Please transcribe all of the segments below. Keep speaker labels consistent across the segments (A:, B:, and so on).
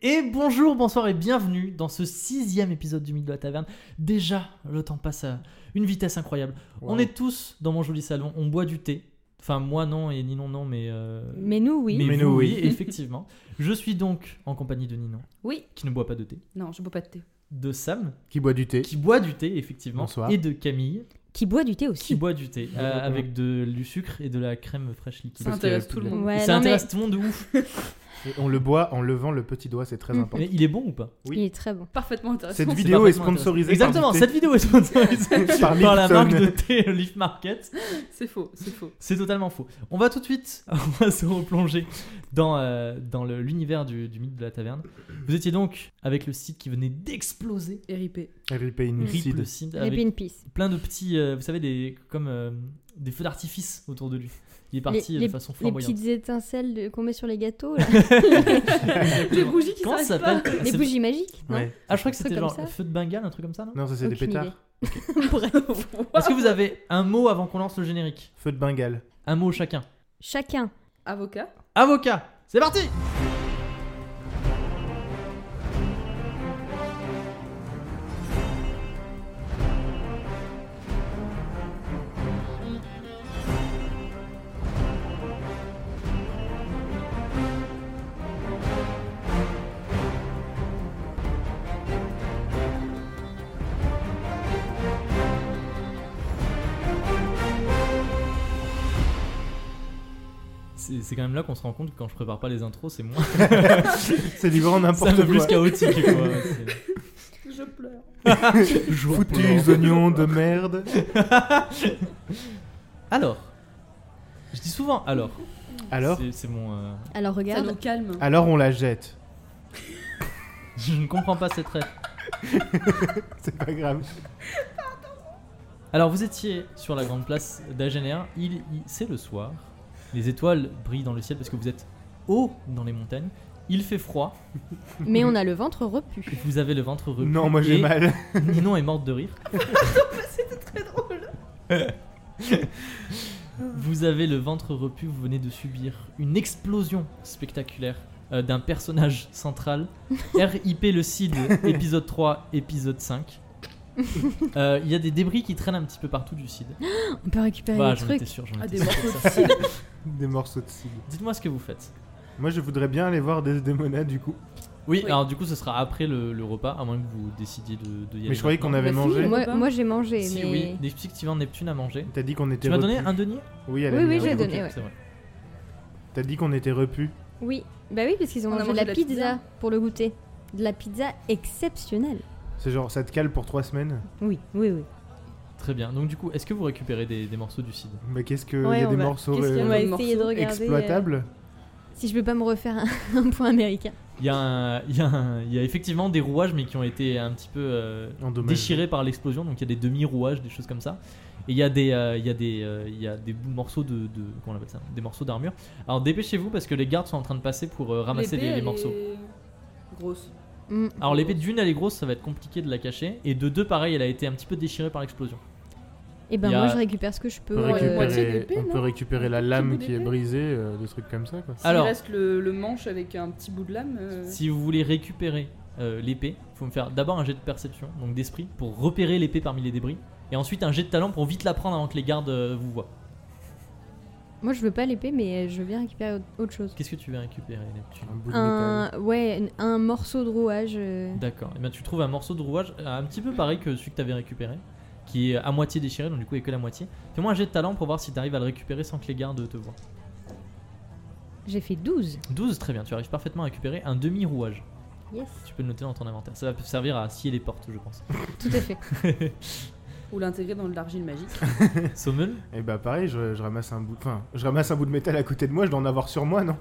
A: Et bonjour, bonsoir et bienvenue dans ce sixième épisode du Mythe de la Taverne. Déjà, le temps passe à une vitesse incroyable.
B: Wow.
A: On est tous dans mon joli salon, on boit du thé. Enfin, moi non et Ninon non, mais... euh,
C: Mais nous, oui.
A: Mais,
B: Mais
A: nous,
B: nous,
A: oui, effectivement. Je suis donc en compagnie de Ninon,
C: Oui.
A: qui ne boit pas de thé,
C: Non, je bois pas de thé.
A: de Sam,
B: qui boit du thé.
A: qui boit du thé, effectivement,
B: Bonsoir.
A: et de Camille,
C: Qui boit du thé aussi.
A: qui boit du thé, euh,
B: Exactement.
A: avec de, du sucre et de la crème fraîche liquide.
D: Ça
B: Parce
D: intéresse
B: que-
D: tout le monde.
C: Ouais,
A: ça
C: non, mais
A: intéresse tout le monde de ouf.
B: Et on le boit en levant le petit doigt, c'est très
C: Mhm.
B: important.
A: Mais il est bon ou pas
B: Oui.
C: il est très bon.
D: Parfaitement intéressant.
B: Cette
A: C'est
B: vidéo est
A: parfaitement
B: sponsorisée
A: intéressant. Exactement,
B: par du thé.
A: cette vidéo est sponsorisée par,
B: Par
A: la
B: Lipton.
A: marque de thé euh, Leaf Market.
D: C'est faux, c'est faux.
A: C'est totalement faux. On va tout de suite on va se replonger dans, euh, dans le- l'univers du, du mythe de la taverne. Vous étiez donc avec le site qui venait d'exploser.
D: RIP.
B: RIP
A: Rip
B: Inuside.
A: le site,
C: Rip
A: avec
C: in peace.
A: plein de petits, euh, vous savez, des, comme euh, des feux d'artifice autour de lui. Il est parti euh,
C: Les-
A: de façon
C: Les
A: flamboyante.
C: petites étincelles de- qu'on met sur les gâteaux, là.
D: Les bougies qui
A: Comment ça
D: s'arrêtent pas.
A: s'appelle Ah,
C: les
A: C'est-
C: bougies magiques. Non
B: Ouais.
A: Ah, je crois que
C: Un
A: c'était
C: truc comme
A: genre
C: ça.
A: le feu de Bengale, un truc comme ça, non
B: Non, ça c'est des
C: Aucune
B: pétards.
C: idée.
D: Bref.
A: Est-ce que vous avez un mot avant qu'on lance le générique
B: Feu de Bengale.
A: Un mot chacun.
C: Chacun.
D: Avocat.
A: Avocat, c'est parti C'est c'est quand même là qu'on se rend compte que quand je prépare pas les intros, c'est moins.
B: C'est du grand
A: C'est un
B: n'importe
A: peu
B: quoi.
A: plus chaotique, quoi. C'est-
D: Je pleure.
B: Foutus oignons de merde.
A: Alors, je dis souvent alors.
B: Alors
A: C'est- C'est mon. euh,
C: Alors
D: Ça nous
C: regarde.
D: calme.
A: Ah.
B: Alors on la jette.
A: Je ne comprends pas cette règle.
B: C'est pas grave.
A: Alors, vous étiez sur la grande place d'Agenéen. Il, il- c'est le soir. Les étoiles brillent dans le ciel parce que vous êtes haut dans les montagnes. Il fait froid.
C: Mais on a le ventre repu.
A: Vous avez le ventre repu.
B: Non, moi j'ai
A: et
B: mal.
A: Ninon est morte de rire.
D: Très drôle.
A: Vous avez le ventre repu, vous venez de subir une explosion spectaculaire euh, d'un personnage central. RIP le Cid, épisode 3, épisode 5. Euh, Il y a des débris qui traînent un petit peu partout du Cid.
C: On peut récupérer
A: Bah,
C: les
A: j'en étais
C: trucs.
A: sûr, j'en
D: Ah,
A: étais
D: des
A: sûr.
D: morceaux de cils.
B: Des morceaux de cible.
A: Dites-moi ce que vous faites.
B: Moi je voudrais bien aller voir des démonas du coup.
A: Oui,
D: Oui.
A: alors du coup, ce sera après le, le repas, à moins que vous décidiez de, de y aller.
B: Mais je croyais qu'on
A: maintenant.
B: avait
D: Bah, si,
B: mangé.
C: Moi, moi, j'ai mangé,
A: Si,
C: mais.
A: oui, des effectivement, Neptune a mangé.
B: T'as dit qu'on était
A: Tu m'as donné
B: repus.
A: un denier
B: Oui, elle a
C: Oui,
B: mis
C: oui,
B: un
C: j'ai
B: denier.
C: donné, ouais.
A: C'est vrai.
B: T'as dit qu'on était repus.
C: Oui. Bah oui, parce qu'ils ont
D: On a
C: mangé de la, pizza, pour le goûter. De la pizza exceptionnelle.
B: C'est genre ça te cale pour trois semaines.
C: Oui, oui, oui.
A: Très bien. Donc, du coup, est-ce que vous récupérez des, des morceaux du Cid
B: Mais qu'est-ce que
C: Ouais,
B: y a
C: on
B: des
C: va-
B: morceaux
D: qu'est-ce qu'il y a
B: euh,
C: On
D: un
C: va
D: morceau
C: essayer de regarder. euh,
B: exploitables
C: si je peux pas me refaire un, un point américain.
A: Il y, a un- il y a un- il y a effectivement des rouages, mais qui ont été un petit peu euh,
B: en dommage.
A: déchirés par l'explosion. Donc il y a des demi-rouages, des choses comme ça. Et il y a des, euh, il y a des, euh, il y a des bouts- morceaux de, de comment on appelle ça, des morceaux d'armure. Alors dépêchez-vous parce que les gardes sont en train de passer pour euh, ramasser
D: L'épée,
A: les, les
D: elle
A: morceaux.
D: est Grosse.
C: Mm.
A: Alors l'épée d'une elle est grosse, ça va être compliqué de la cacher. Et de deux pareil, elle a été un petit peu déchirée par l'explosion.
C: Et ben
A: Il y a-
C: moi, je récupère ce que je
B: On
C: peux.
B: peut
C: euh,
D: moitié
B: récupérer,
D: d'épée,
B: on peut
D: non
B: récupérer la
D: Un petit bout
B: lame qui est
D: d'épée.
B: brisée, euh, des trucs comme ça quoi.
D: S'il
A: Alors.
D: reste le, le manche avec un petit bout de lame. euh,
A: Si vous voulez récupérer euh, l'épée, faut me faire d'abord un jet de perception, donc d'esprit, pour repérer l'épée parmi les débris. Et ensuite un jet de talent pour vite la prendre avant que les gardes euh, vous voient.
C: Moi, je veux pas l'épée, mais je veux bien récupérer autre- autre chose.
A: Qu'est-ce que tu veux récupérer, Neptune
B: Un bout de métal.
C: Un, ouais, un, un morceau de rouage. euh,
A: D'accord. Et bien tu trouves un morceau de rouage euh, un petit peu pareil que celui que t'avais récupéré, qui est à moitié déchiré, donc du coup il y a que la moitié. Fais-moi un jet de talent pour voir si t'arrives à le récupérer sans que les gardes te voient.
C: J'ai fait 12.
A: 12, très bien, tu arrives parfaitement à récupérer un demi-rouage.
C: Yes.
A: Tu peux le noter dans ton inventaire. Ça va te servir à scier les portes, je pense.
C: Tout à fait.
D: Ou l'intégrer dans de l'argile magique.
A: Sommel
B: Et bah pareil, je, je ramasse un bout, enfin, je ramasse un bout de métal à côté de moi, je dois en avoir sur moi, non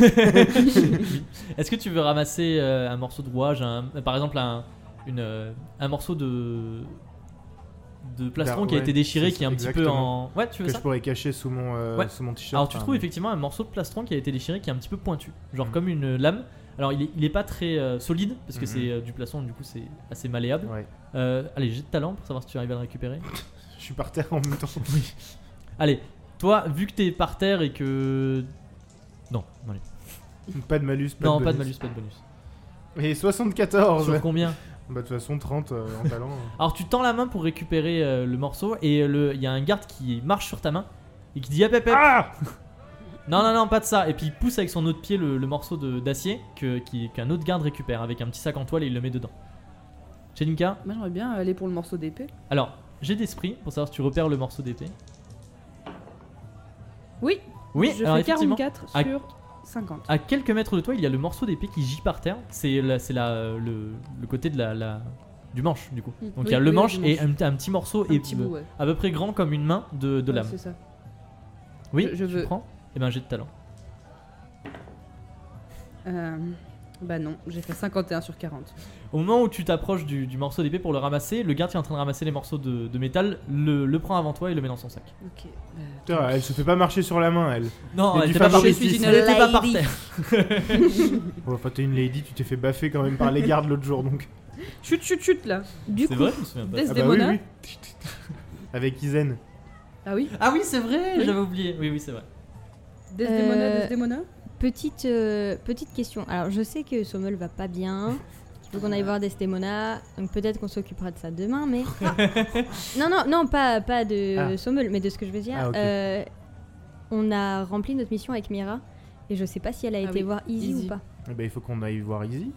A: Est-ce que tu veux ramasser euh, un morceau de rouage, un- euh, par exemple un, une, euh, un morceau de de plastron
B: Bah,
A: qui a
B: ouais,
A: été déchiré,
B: c'est
A: qui est un petit peu
B: exactement.
A: en... Ouais, tu veux
B: Que
A: ça
B: je pourrais cacher sous mon, euh,
A: Ouais.
B: sous mon t-shirt.
A: Alors tu
B: enfin,
A: trouves effectivement un morceau de plastron qui a été déchiré qui est un petit peu pointu, genre
B: Mhm.
A: comme une euh, lame. Alors il est, il est pas très euh, solide parce que
B: Mhm.
A: c'est euh, du plastron du coup c'est assez malléable.
B: Ouais.
A: Euh, allez j'ai de talent pour savoir si tu arrives à le récupérer.
B: Je suis par terre en même temps.
A: allez toi vu que t'es par terre et que non allez.
B: Pas de malus, pas
A: non,
B: de
A: pas de
B: bonus.
A: malus, pas de bonus.
B: Et
A: Sur
B: 74
A: combien
B: Bah de toute façon 30 euh, en talent. euh.
A: Alors tu tends la main pour récupérer euh, le morceau et le- il y a un garde qui marche sur ta main et qui dit hep, hep, hep.
B: Ah
A: Non non non pas de ça et puis il pousse avec son autre pied le, le morceau de- d'acier que- qui- qu'un autre garde récupère avec un petit sac en toile et il le met dedans. Chelinka,
D: Moi j'aimerais bien aller pour le morceau d'épée.
A: alors j'ai d'esprit pour savoir si tu repères le morceau d'épée.
D: Oui,
A: Oui,
D: je
A: alors
D: fais
A: effectivement.
D: 44
A: Ah.
D: sur 50.
A: À quelques mètres de toi, il y a le morceau d'épée qui gît par terre. C'est la- c'est la- euh, le, le côté de la, la- du manche, du coup.
D: Mm.
A: Donc
D: Oui,
A: il y a le
D: oui,
A: manche
D: du
A: et un, un petit morceau
D: Un
A: et
D: petit bout, ouais.
A: à peu près grand comme une main de, de
D: Ouais,
A: lame.
D: C'est ça.
A: oui,
D: je- je
A: tu
D: veux.
A: prends. Et ben j'ai de talent.
D: Euh, bah non, j'ai fait 51 sur 40.
A: Au moment où tu t'approches du, du morceau d'épée pour le ramasser, le garde qui est en train de ramasser les morceaux de, de métal le, le prend avant toi et le met dans son sac.
D: Ok. Euh,
B: Putain, elle se fait pas marcher sur la main, elle. Il y
A: Non,
B: a
A: elle
B: du
A: était pas, par-
B: favoritisme.
A: elle était pas par
D: Lady.
A: terre.
B: Bon, Oh, enfin, t'es une lady, tu t'es fait baffer quand même par les gardes l'autre jour donc.
D: Chut, chut, chut là.
C: Du
A: C'est
C: coup,
A: vrai, je me souviens pas.
D: Des-
B: Ah bah oui,
D: Desdemona
B: oui. Avec Izen.
D: Ah oui
A: Ah oui, c'est vrai,
D: Oui.
A: j'avais oublié. Oui, oui, c'est vrai.
D: Desdemona,
C: Euh,
D: Desdemona
C: petite, euh, petite question. Alors, je sais que Sommel va pas bien. Il faut qu'on aille voir Destemona. Donc, peut-être qu'on s'occupera de ça demain, mais. non, non, non, pas, pas de
B: Ah.
C: Sommel, mais de ce que je veux dire.
B: Ah, ok.
C: Euh, on a rempli notre mission avec Mira. Et je sais pas si elle a
D: Ah
C: été
D: oui,
C: voir Izzy
D: Izzy.
C: ou pas.
B: Eh ben, il faut qu'on aille voir Izzy.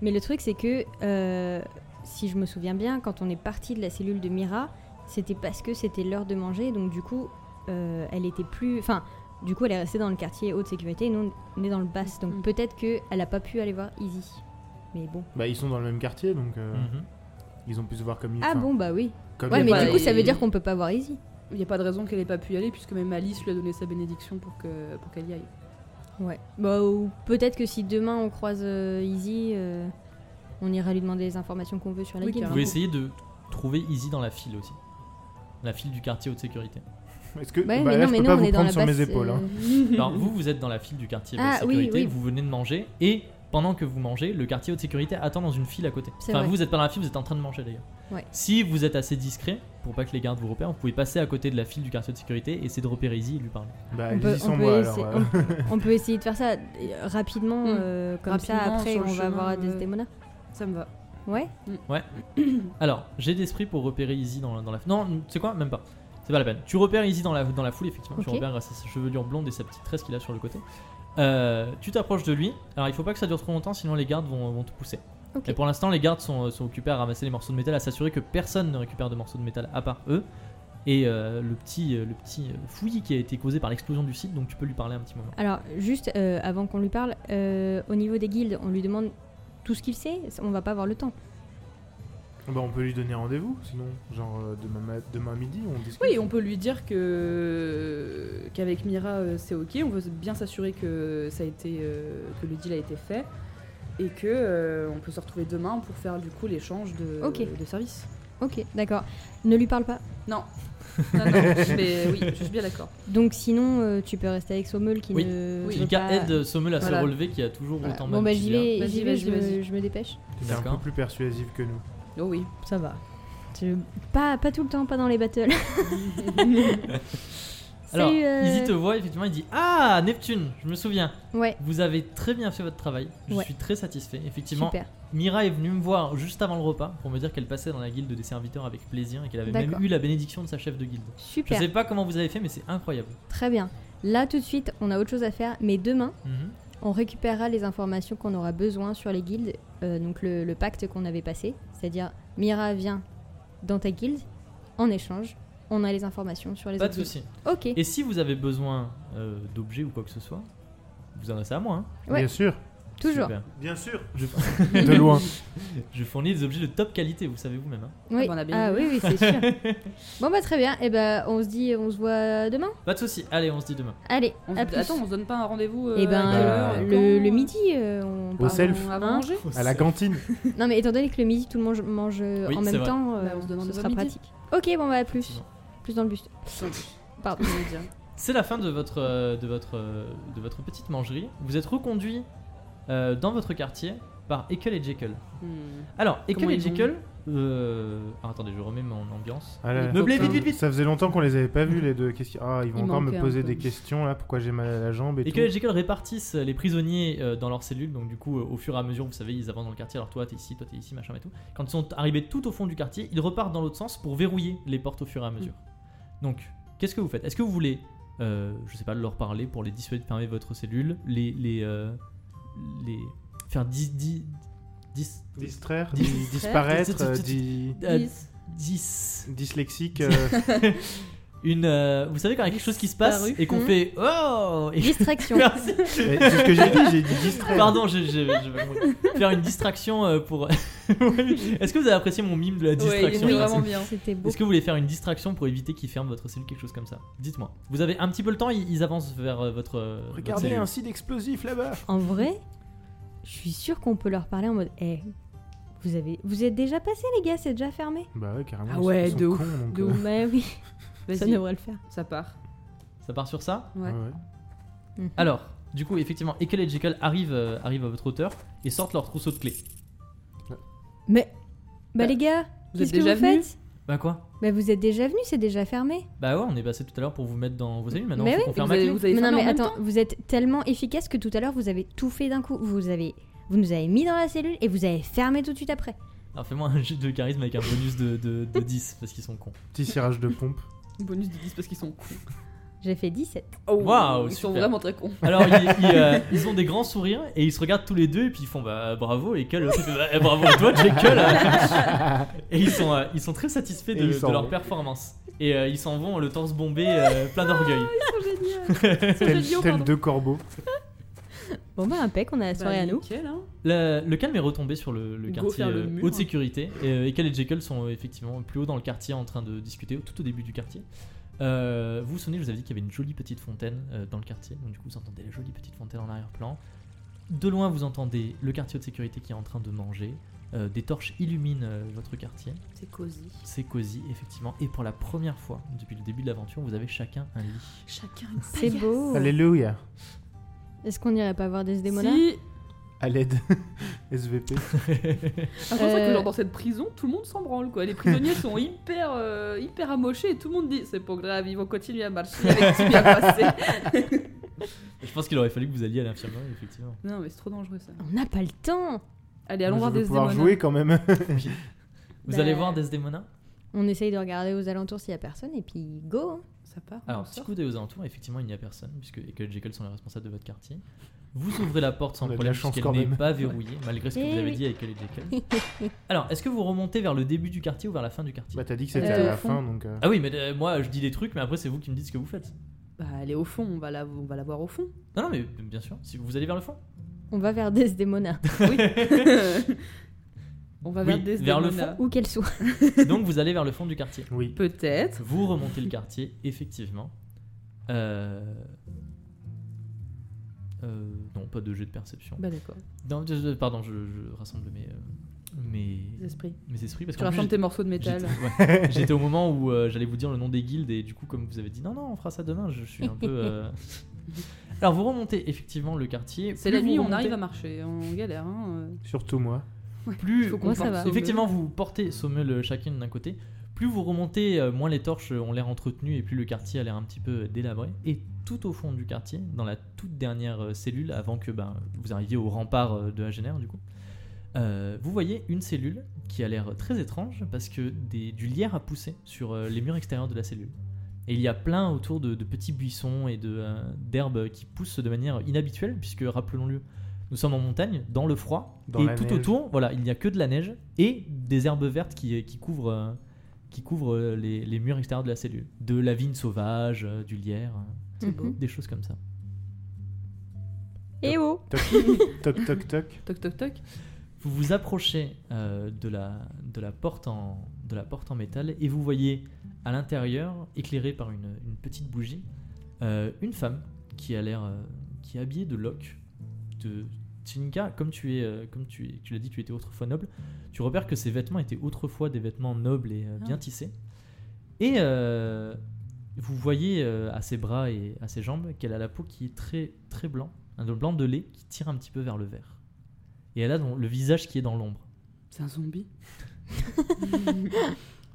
C: Mais le truc, c'est que, euh, si je me souviens bien, quand on est parti de la cellule de Mira, c'était parce que c'était l'heure de manger, donc du coup, euh, elle était plus. Enfin, du coup, elle est restée dans le quartier haute sécurité, et nous, on est dans le basse, donc
D: Mm.
C: peut-être qu'elle a pas pu aller voir Izzy. Mais bon.
B: Bah, ils sont dans le même quartier donc euh,
A: Mhm.
B: ils ont pu se voir comme ils
C: Ah
B: enfin,
C: bon, bah oui.
B: comme
C: Ouais,
B: ils-
C: mais
D: bah,
C: du coup, ça
D: il-
C: veut dire qu'on peut pas voir Izzy.
D: Il n'y a pas de raison qu'elle ait pas pu y aller, puisque même Alice lui a donné sa bénédiction pour que pour qu'elle y aille.
C: Ouais. Bah, ou peut-être que si demain on croise euh, Izzy, euh, on ira lui demander les informations qu'on veut sur la
D: Oui,
C: guilde.
A: Vous pouvez essayer de trouver Easy dans la file aussi. La file du quartier haute sécurité.
B: Est-ce que
C: Ouais,
B: bah, là, je peux pas
C: on
B: vous
C: est dans
B: prendre
C: la
B: sur mes
C: basse,
B: épaules hein.
C: euh,
A: Alors vous, vous êtes dans la file du quartier de
C: Ah, oui,
A: sécurité,
C: oui.
A: vous venez de manger, et pendant que vous mangez, le quartier de sécurité attend dans une file à côté.
C: C'est
A: Enfin,
C: vrai.
A: vous n'êtes pas dans la file, vous êtes en train de manger d'ailleurs.
C: Ouais.
A: Si vous êtes assez discret, pour pas que les gardes vous repèrent, vous pouvez passer à côté de la file du quartier de sécurité, et essayer de repérer Izzy et lui parler.
B: Bah,
C: On peut,
B: Izzy
C: on
B: sans
C: peut
B: moi alors.
C: essayer,
B: euh.
C: on, on peut essayer de faire ça euh, rapidement,
D: Mm.
C: euh, comme ça
D: Rapidement,
C: après
D: sur
C: on
D: le
C: va
D: chemin,
C: voir
D: euh,
C: Desdemona.
D: Ça me va.
C: Ouais,
A: Alors, j'ai d'esprit pour repérer Izzy dans, la- dans la foule. Non, tu sais quoi Même pas. C'est pas la peine. Tu repères Izzy dans la, dans la foule, effectivement. Tu
C: Ok.
A: repères grâce à sa chevelure blonde et sa petite tresse qu'il a sur le côté. Euh, tu t'approches de lui. Alors, il faut pas que ça dure trop longtemps, sinon les gardes vont, vont te pousser.
C: Ok.
A: Et pour l'instant, les gardes sont, sont occupés à ramasser les morceaux de métal, à s'assurer que personne ne récupère de morceaux de métal à part eux. Et euh, le petit, le petit euh, fouillis qui a été causé par l'explosion du site, donc tu peux lui parler un petit moment.
C: alors juste euh, avant qu'on lui parle, euh, au niveau des guildes, on lui demande tout ce qu'il sait, on va pas avoir le temps.
B: Bah, on peut lui donner rendez-vous sinon genre euh, demain ma- demain midi on discute.
D: Oui, on peut lui dire que qu'avec Mira euh, c'est ok. On veut bien s'assurer que ça a été euh, que le deal a été fait et que euh, on peut se retrouver demain pour faire du coup l'échange de
C: Ok.
D: de services.
C: Ok, d'accord. Ne lui parle pas.
D: Non. non, non, mais oui, je suis bien d'accord.
C: Donc sinon, euh, tu peux rester avec Sommel qui
A: Oui.
C: ne.
D: Oui.
C: veut
A: Chilka
C: pas-
A: aide Sommel à
D: Voilà.
A: se relever, qui a toujours
C: euh, Voilà.
A: autant
C: Bon
A: mal hein.
C: bah
A: de
C: j'y
A: tibia.
C: vais,
D: Vas-y,
C: j'y vais, je
D: vas-y, vas-y.
C: me, je me dépêche.
B: T'es un peu
A: D'accord.
B: plus persuasive que nous.
D: Oh oui.
C: Ça va. Tu- Pas, pas tout le temps, pas dans les battles.
A: Alors,
C: Salut, euh,
A: Izzy te voit, effectivement, il dit Ah, Neptune, je me souviens.
C: Ouais,
A: Vous avez très bien fait votre travail. Je
C: Ouais.
A: suis très satisfait. Effectivement,
C: super.
A: Mira est venue me voir juste avant le repas pour me dire qu'elle passait dans la guilde des serviteurs avec plaisir et qu'elle avait même
C: D'accord.
A: eu la bénédiction de sa chef de guilde. Je
C: Super.
A: sais pas comment vous avez fait, mais c'est incroyable.
C: Très bien. Là, tout de suite, on a autre chose à faire, mais demain,
A: Mhm.
C: on récupérera les informations qu'on aura besoin sur les guildes, euh, donc le, le pacte qu'on avait passé, c'est-à-dire Mira vient dans ta guilde, en échange, on a les informations sur les
A: Pas de
C: autres guildes.
A: souci.
C: Ok,
A: Et si vous avez besoin euh, d'objets ou quoi que ce soit, vous en avez à moi. hein.
C: Ouais.
B: Bien sûr.
C: toujours.
A: Super.
B: Bien sûr.
A: Je,
B: De loin.
A: je fournis des objets de top qualité, vous savez vous-même. hein.
C: Oui.
D: Ah bah, on a bien
C: Ah
D: vu.
C: oui, oui, c'est sûr. bon bah très bien. Et ben on se dit, on se voit demain.
A: Pas de souci. Allez, on se dit demain.
C: Allez,
D: On se-
C: à plus.
D: Attends, on se donne pas un rendez-vous euh,
C: Et ben
D: à quelle
B: Bah,
D: heure,
C: euh,
D: quand
C: le, le midi, euh, on
B: Au
C: part.
B: self.
D: avant
C: Hein
D: manger.
B: À la cantine.
C: Non mais étant donné que le midi tout le monde mange euh,
A: Oui,
C: en
A: c'est
C: même
A: vrai.
C: temps, euh,
D: Bah, on se donne
C: ce
D: rendez-vous
C: sera
D: au midi.
C: pratique. Ok, bon bah à plus,
A: Effectivement.
C: plus dans le buste. Pardon.
D: Je veux dire.
A: C'est la fin de votre, euh, de, votre, euh, de votre petite mangerie. Vous êtes reconduit euh, dans votre quartier par Ekel et Jekyll.
D: Hmm.
A: Alors, Ekel
D: Comment
A: et
D: ils vont
A: Jekyll. euh, ah, attendez, je remets mon ambiance.
B: Ah là là.
A: Meublé,
D: Putain.
A: vite, vite, vite
B: Ça faisait longtemps qu'on les avait pas vus les deux. Qu'est-ce qui- Ah, ils vont
D: Il
B: encore me
D: manquait un
B: poser
D: peu.
B: des questions là. Pourquoi j'ai mal à la jambe et,
A: Et
B: tout.
A: que les Jekyll répartissent les prisonniers euh, dans leurs cellules, donc du coup, euh, au fur et à mesure, vous savez, ils avancent dans le quartier, alors toi t'es ici, toi t'es ici, machin et tout. Quand ils sont arrivés tout au fond du quartier, ils repartent dans l'autre sens pour verrouiller les portes au fur et à mesure. Donc, qu'est-ce que vous faites Est-ce que vous voulez, euh, je sais pas, leur parler pour les dissuader de fermer votre cellule, les. les. euh, les faire dis. dis. dis.
B: Distraire,
A: Dis-
B: dis- disparaître,
A: dis- dis- dis-
B: euh, dis-
A: euh,
D: Yes.
A: dis-
B: dyslexique. euh,
A: une. euh, vous savez, quand il y a quelque chose qui se passe
D: Disparu.
A: et qu'on
C: Mhm.
A: fait. Oh et-
C: Distraction.
A: Merci.
B: mais c'est ce que j'ai dit, j'ai dit distraire.
A: Pardon, je, je- je vais faire une distraction euh, pour. Est-ce que vous avez apprécié mon mime de la
D: Ouais, il
A: distraction
D: est
A: Merci.
D: vraiment bien.
C: C'était beau.
A: Est-ce que vous voulez faire une distraction pour éviter qu'ils ferment votre cellule, quelque chose comme ça Dites-moi. Vous avez un petit peu le temps, ils, ils avancent vers euh, votre. euh, votre
B: Regardez
A: cellule.
B: un site explosif là-bas.
C: En vrai, je suis sûre qu'on peut leur parler en mode Eh, vous, avez... vous êtes déjà passé, les gars, c'est déjà fermé.
B: Bah ouais, carrément.
D: Ah
B: ils sont-
D: ouais,
B: ils sont
D: de ouf,
B: cons, donc,
D: de
B: euh,
D: ouf.
C: Bah oui, ça
D: Vas-y,
C: devrait le faire.
D: ça part.
A: Ça part sur ça
D: Ouais.
B: ouais, ouais.
C: Mhm.
A: Alors, du coup, effectivement, Ekel et Jekyll arrivent, euh, arrivent à votre hauteur et sortent leur trousseau de clés.
C: Mais. Bah,
D: Bah,
C: les gars,
D: vous
C: qu'est-ce
D: êtes
C: que
D: déjà
C: vous
D: venus
C: faites
A: Bah quoi
C: Bah, vous êtes déjà venus, c'est déjà fermé.
A: Bah ouais, on est passé tout à l'heure pour vous mettre dans vos cellules, maintenant
C: Mais
A: faut qu'on
C: oui,
D: Et
A: ferme
D: vous
A: la
D: avez,
A: clé.
D: vous avez
C: mais
D: fermé
C: non, mais
D: en même
C: attends, vous êtes tellement efficace que tout à l'heure, vous avez tout fait d'un coup. Vous avez. Vous nous avez mis dans la cellule et vous avez fermé tout de suite après.
A: Alors fais-moi un jet de charisme avec un bonus de, de- de 10 parce qu'ils sont cons.
B: Petit cirage de pompe.
D: temps Bonus de 10 parce qu'ils sont cons.
C: J'ai fait 17.
D: Oh,
A: Waouh,
D: Ils sont
A: super.
D: vraiment très cons.
A: Alors, ils, ils, euh, ils ont des grands sourires et ils se regardent tous les deux et puis ils font bah bravo et quel eh, bravo à toi Jekyll et ils sont euh, ils sont très satisfaits de,
B: Et ils s'en
A: de leur
B: vont.
A: performance et euh, ils s'en vont le torse bombé euh, plein d'orgueil.
D: Ils sont géniaux. Ils sont
B: Tel,
D: géniaux,
B: tel
D: pardon.
B: deux corbeaux.
C: Bon, bah, impec, on a la
D: Bah,
C: soirée à nous.
D: nickel, hein.
A: Le, le calme est retombé sur le, le
D: Go
A: quartier
D: faire le
A: euh,
D: mur.
A: haute sécurité et euh, Ekel et Jekyll sont effectivement plus haut dans le quartier en train de discuter tout au début du quartier. Euh, vous vous souvenez, je vous avais dit qu'il y avait une jolie petite fontaine euh, dans le quartier, donc du coup vous entendez la jolie petite fontaine en arrière-plan. De loin, vous entendez le quartier haute sécurité qui est en train de manger. Euh, des torches illuminent euh, votre quartier.
D: C'est cosy.
A: C'est cosy, effectivement. Et pour la première fois depuis le début de l'aventure, vous avez chacun un lit.
D: Chacun une
C: C'est
D: paillasse.
C: beau.
B: Alléluia.
C: Est-ce qu'on irait pas voir des démons là
D: Si.
B: À l'aide. SVP.
D: Ah, c'est pour ça que
C: Euh,
D: genre, dans cette prison, tout le monde s'en branle quoi. Les prisonniers sont hyper, euh, hyper amochés et tout le monde dit c'est pas grave, ils vont continuer à marcher avec ce qui vient de passer.
A: Je pense qu'il aurait fallu que vous alliez à l'infirmerie, effectivement.
D: Non mais c'est trop dangereux ça.
C: On n'a pas le temps.
D: Allez, allons
B: Je
D: voir
B: veux
D: des
B: pouvoir
D: démons. hein.
B: jouer quand même.
A: Vous
C: Bah-
A: allez voir Desdemona
C: On essaye de regarder aux alentours s'il y a personne et puis go. hein.
D: Ça part.
A: Alors,
D: on
A: si
D: sort.
A: vous êtes aux alentours, effectivement, il n'y a personne, puisque Ekel et Jekyll sont les responsables de votre quartier. Vous ouvrez la porte sans
B: On a de la
A: problème,
B: chance
A: puisqu'elle
B: quand
A: n'est
B: même.
A: pas verrouillée, malgré ce que
C: Eh
A: vous avez
C: oui.
A: dit à Ekel et Jekyll. Alors, est-ce que vous remontez vers le début du quartier ou vers la fin du quartier
B: Bah t'as dit que c'était
D: Euh,
B: à la
D: au fond.
B: fin donc. euh,
A: Ah oui, mais euh, moi, je dis des trucs, mais après, c'est vous qui me dites ce que vous faites.
D: Bah, elle est au fond, on va la, on va la voir au fond.
A: Non, non, mais euh, bien sûr, si vous allez vers le fond.
C: On va vers Desdemona,
D: Oui. on va
A: Oui,
D: vers des
A: vers le
D: démons.
C: où qu'elle soit.
A: Donc, vous allez vers le fond du quartier.
B: Oui.
D: Peut-être.
A: Vous remontez le quartier, effectivement. Euh... euh, non, pas de jeu de perception.
D: Bah d'accord.
A: Non, je- je- pardon, je, je rassemble mes, euh, mes,
D: Les esprits.
A: mes esprits. Parce
D: Tu
A: qu'en plus,
D: rassembles tes morceaux de métal.
A: j'étais ouais, j'étais au moment où euh, j'allais vous dire le nom des guildes et du coup, comme vous avez dit, non, non, on fera ça demain, je suis un peu... euh, Alors vous remontez effectivement le quartier.
D: C'est
A: Plus
D: la nuit,
A: vous
D: on arrive à
A: remontez-
D: marcher, on galère. Hein.
B: Surtout moi.
A: Plus
D: Faut qu'on
C: Moi, ça
D: porte
C: va.
D: ce-
A: Effectivement, vous portez sommeul chacune d'un côté. Plus vous remontez, euh, moins les torches ont l'air entretenues et plus le quartier a l'air un petit peu délabré. Et tout au fond du quartier, dans la toute dernière euh, cellule, avant que ben, vous arriviez au rempart euh, de Agener, du coup, euh, vous voyez une cellule qui a l'air très étrange parce que des- du lierre a poussé sur euh, les murs extérieurs de la cellule. Et il y a plein autour de, de petits buissons et de, euh, d'herbes qui poussent de manière inhabituelle, puisque rappelons-le, nous sommes en montagne, dans le froid,
B: Dans
A: et
B: la
A: tout
B: neige.
A: autour, voilà, il n'y a que de la neige et des herbes vertes qui, qui couvrent, euh, qui couvrent euh, les, les murs extérieurs de la cellule. De la vigne sauvage, euh, du lierre, euh,
C: Mhm.
A: des choses comme ça.
C: Et oh
B: Toc toc toc toc.
D: Toc toc toc.
A: Vous vous approchez euh, de, la, de, la porte en, de la porte en métal et vous voyez à l'intérieur, éclairée par une, une petite bougie, euh, une femme qui a l'air. euh, qui est habillée de loques. De Tchinka, comme tu es, euh, comme tu, es- tu l'as dit, tu étais autrefois noble, tu repères que ses vêtements étaient autrefois des vêtements nobles et euh, bien
D: Ah.
A: tissés. Et euh, vous voyez euh, à ses bras et à ses jambes qu'elle a la peau qui est très très blanc, un blanc de lait qui tire un petit peu vers le vert. Et elle a donc le visage qui est dans l'ombre.
D: C'est un zombie.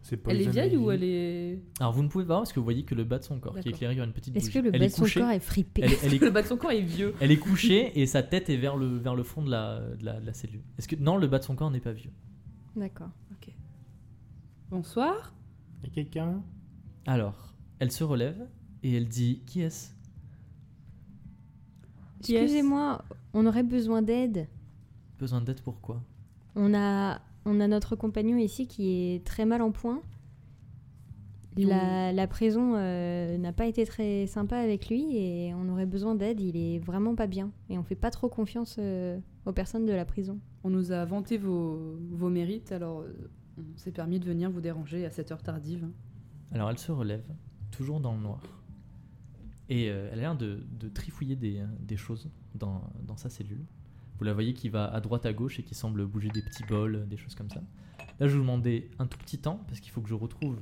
B: C'est
D: elle est
B: Poison
D: vieille
B: Ivy.
D: ou elle est.
A: Alors vous ne pouvez pas voir parce que vous voyez que le bas de son corps qui est
D: D'accord.
A: éclairé par une petite
C: Est-ce
A: bougie.
C: que le
A: elle
C: bas de
A: est
C: son
A: couchée,
C: corps est fripé
A: elle, elle est,
D: Le bas de son corps est vieux.
A: elle est couchée et sa tête est vers le, vers le fond de la, de la, de la cellule. Est-ce que non, le bas de son corps n'est pas vieux.
C: D'accord.
D: Bonsoir.
B: Y a quelqu'un
A: Alors, elle se relève et elle dit qui est-ce
D: Qui est-ce
C: Excusez-moi, on aurait besoin d'aide.
A: Besoin d'aide pourquoi
C: On a, on a notre compagnon ici qui est très mal en point.
D: Et on-
C: La, la prison euh, n'a pas été très sympa avec lui et on aurait besoin d'aide. Il est vraiment pas bien et on fait pas trop confiance euh, aux personnes de la prison.
D: On nous a vanté vos, vos mérites, alors euh, on s'est permis de venir vous déranger à cette heure tardive. hein.
A: Alors elle se relève, toujours dans le noir. Et euh, elle a l'air de, de trifouiller des, euh, des choses dans, dans sa cellule. Vous la voyez qui va à droite à gauche et qui semble bouger des petits bols, euh, des choses comme ça. Là, je vais vous demander un tout petit temps parce qu'il faut que je retrouve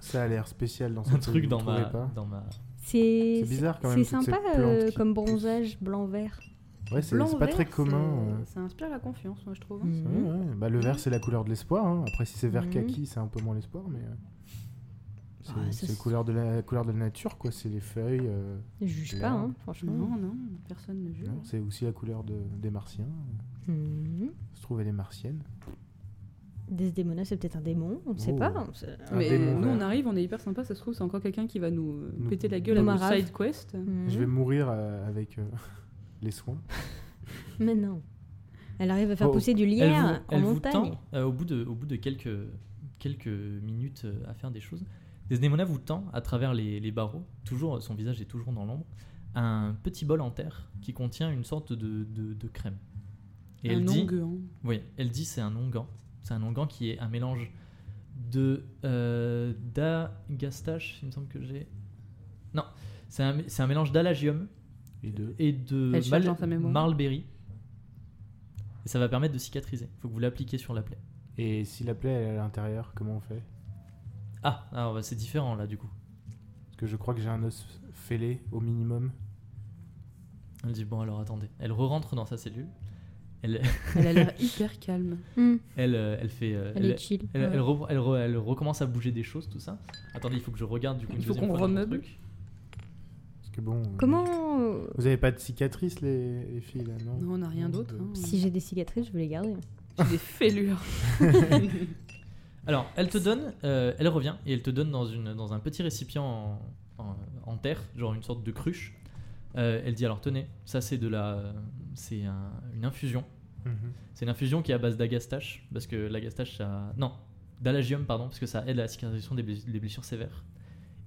B: Ça a l'air spécial dans
A: un
B: cette
A: truc
B: vous
A: dans
B: trouvez
A: ma,
B: pas
A: dans ma.
C: C'est
B: C'est bizarre quand
C: c'est
B: même. toutes ces
C: sympa
B: plantes
C: euh,
B: qui
C: comme
B: poussent.
C: bronzage blanc-vert.
B: Ouais, c'est
D: Blanc,
B: c'est pas
D: vert,
B: très
D: c'est-
B: commun. euh.
D: Ça inspire la confiance, moi je trouve. hein.
B: Ouais, ouais. Bah, le vert, c'est la couleur de l'espoir. hein. Après, si c'est vert
C: Mhm.
B: kaki, c'est un peu moins l'espoir, mais. euh, C'est
C: Ah, ça,
B: c'est
C: c'est-
B: couleur de la couleur de la nature, quoi. C'est les feuilles. euh,
C: Je juge pas, hein, franchement.
D: Non, non, personne ne juge.
B: non, C'est aussi la couleur de- des martiens. euh,
C: Mhm.
B: Se trouve, elle est martienne.
C: Desdemona, c'est peut-être un démon, on ne sait
B: Oh.
C: pas. on sait-
B: Un
D: Mais
B: démon
D: nous
B: vert.
D: on arrive, on est hyper sympa, ça se trouve c'est encore quelqu'un qui va nous euh,
B: Nous-
D: péter la gueule
C: Nous
D: à notre
C: marave.
D: side quest.
C: Mhm.
B: Je vais mourir euh, avec euh, les soins.
C: Mais non. Elle arrive à faire
B: Oh.
C: pousser du
A: Elle
C: lierre
A: vous,
C: en
A: elle vous
C: montagne.
A: tend, euh, au, bout de, au bout de quelques, quelques minutes euh, à faire des choses, Desdemona vous tend, à travers les, les barreaux, toujours, son visage est toujours dans l'ombre, un petit bol en terre qui contient une sorte de, de- de crème. Et
D: un
A: elle dit,
D: onguent.
A: oui, elle dit c'est un onguent. C'est un onguent qui est un mélange de euh, d'agastache, il me semble que j'ai. Non, c'est un, c'est un mélange d'alagium
B: Et deux.
A: et de
D: Elle cherche dans sa mémoire.
A: marlberry. Et ça va permettre de cicatriser. Il faut que vous l'appliquiez sur la plaie.
B: Et si la plaie elle est à l'intérieur, comment on fait
A: Ah, alors bah, c'est différent là du coup.
B: Parce que je crois que j'ai un os fêlé au minimum.
A: Elle dit bon alors attendez. Elle re-rentre dans sa cellule. Elle,
D: Elle a l'air hyper calme.
C: Mhm.
A: elle, euh, elle fait. euh,
C: Elle
A: elle-
C: est chill.
A: elle-
C: ouais.
A: elle re- elle re- elle recommence à bouger des choses, tout ça. Attendez, il faut que je regarde du coup.
D: Il
A: une
D: faut
A: deuxième
D: qu'on
A: fois dans mon
D: remeuble.
A: truc.
B: Parce que bon. euh,
C: Comment euh,
B: Vous avez pas de cicatrices, les, les filles, là, non
D: Non, on n'a rien d'autre. hein.
C: Si j'ai des cicatrices, je vais les garder.
D: J'ai des fêlures.
A: Alors, elle te donne, euh, elle revient et elle te donne dans, une, dans un petit récipient en, en- en terre, genre une sorte de cruche. Euh, elle dit alors tenez, ça c'est de la, c'est un- une infusion.
B: Mhm.
A: C'est une infusion qui est à base d'agastache parce que l'agastache ça, non, d'alagium pardon parce que ça aide à la cicatrisation des, blis- des blessures sévères.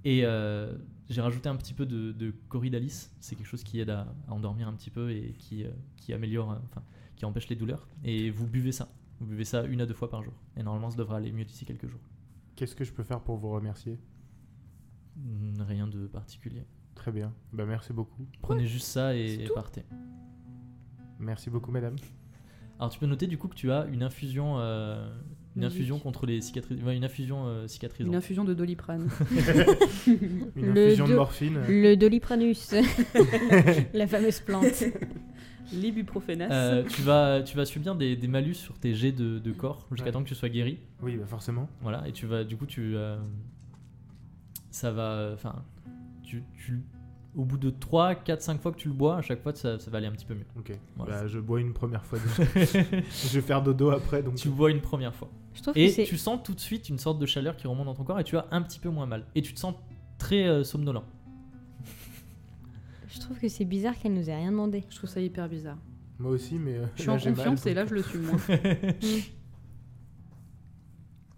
A: Et euh, j'ai rajouté un petit peu de, de corydalis, c'est quelque chose qui aide à, à endormir un petit peu et qui, euh, qui améliore, euh, enfin qui empêche les douleurs. Et vous buvez ça, vous buvez ça une à deux fois par jour. Et normalement ça devrait aller mieux d'ici quelques jours.
B: Qu'est-ce que je peux faire pour vous remercier
A: Mm, Rien de particulier.
B: Très bien. Bah, merci beaucoup.
A: Prenez juste ça
D: c'est
A: et
D: tout.
A: partez.
B: Merci beaucoup, madame.
A: Alors tu peux noter du coup que tu as une infusion, euh, une
D: Magique.
A: infusion contre les cicatrices, une infusion euh, cicatrisante.
D: Une infusion de doliprane.
B: Une
C: Le
B: infusion de
C: do-
B: morphine. euh,
C: Le dolipranus. la fameuse plante.
D: L'ibuprofénas.
A: Euh, tu vas, tu vas subir des, des malus sur tes jets de, de corps jusqu'à
B: Ouais.
A: temps que tu sois guéri.
B: Oui, bah, forcément.
A: Voilà, et tu vas, du coup, tu, euh, ça va, enfin, tu, tu- au bout de 3, 4, 5 fois que tu le bois, à chaque fois ça, ça va aller un petit peu mieux.
B: Ok.
A: Voilà.
B: Bah, je bois une première fois déjà. je vais faire dodo après, donc.
A: tu bois une première fois.
C: Je trouve que
A: Et
C: c'est.
A: tu sens tout de suite une sorte de chaleur qui remonte dans ton corps et tu as un petit peu moins mal. Et tu te sens très euh, somnolent.
C: Je trouve que c'est bizarre qu'elle nous ait rien demandé.
D: Je trouve ça hyper bizarre.
B: Moi aussi, mais. euh,
D: Je suis
B: là,
D: en
B: j'ai mal,
D: confiance et
B: donc-
D: là je le suis moins.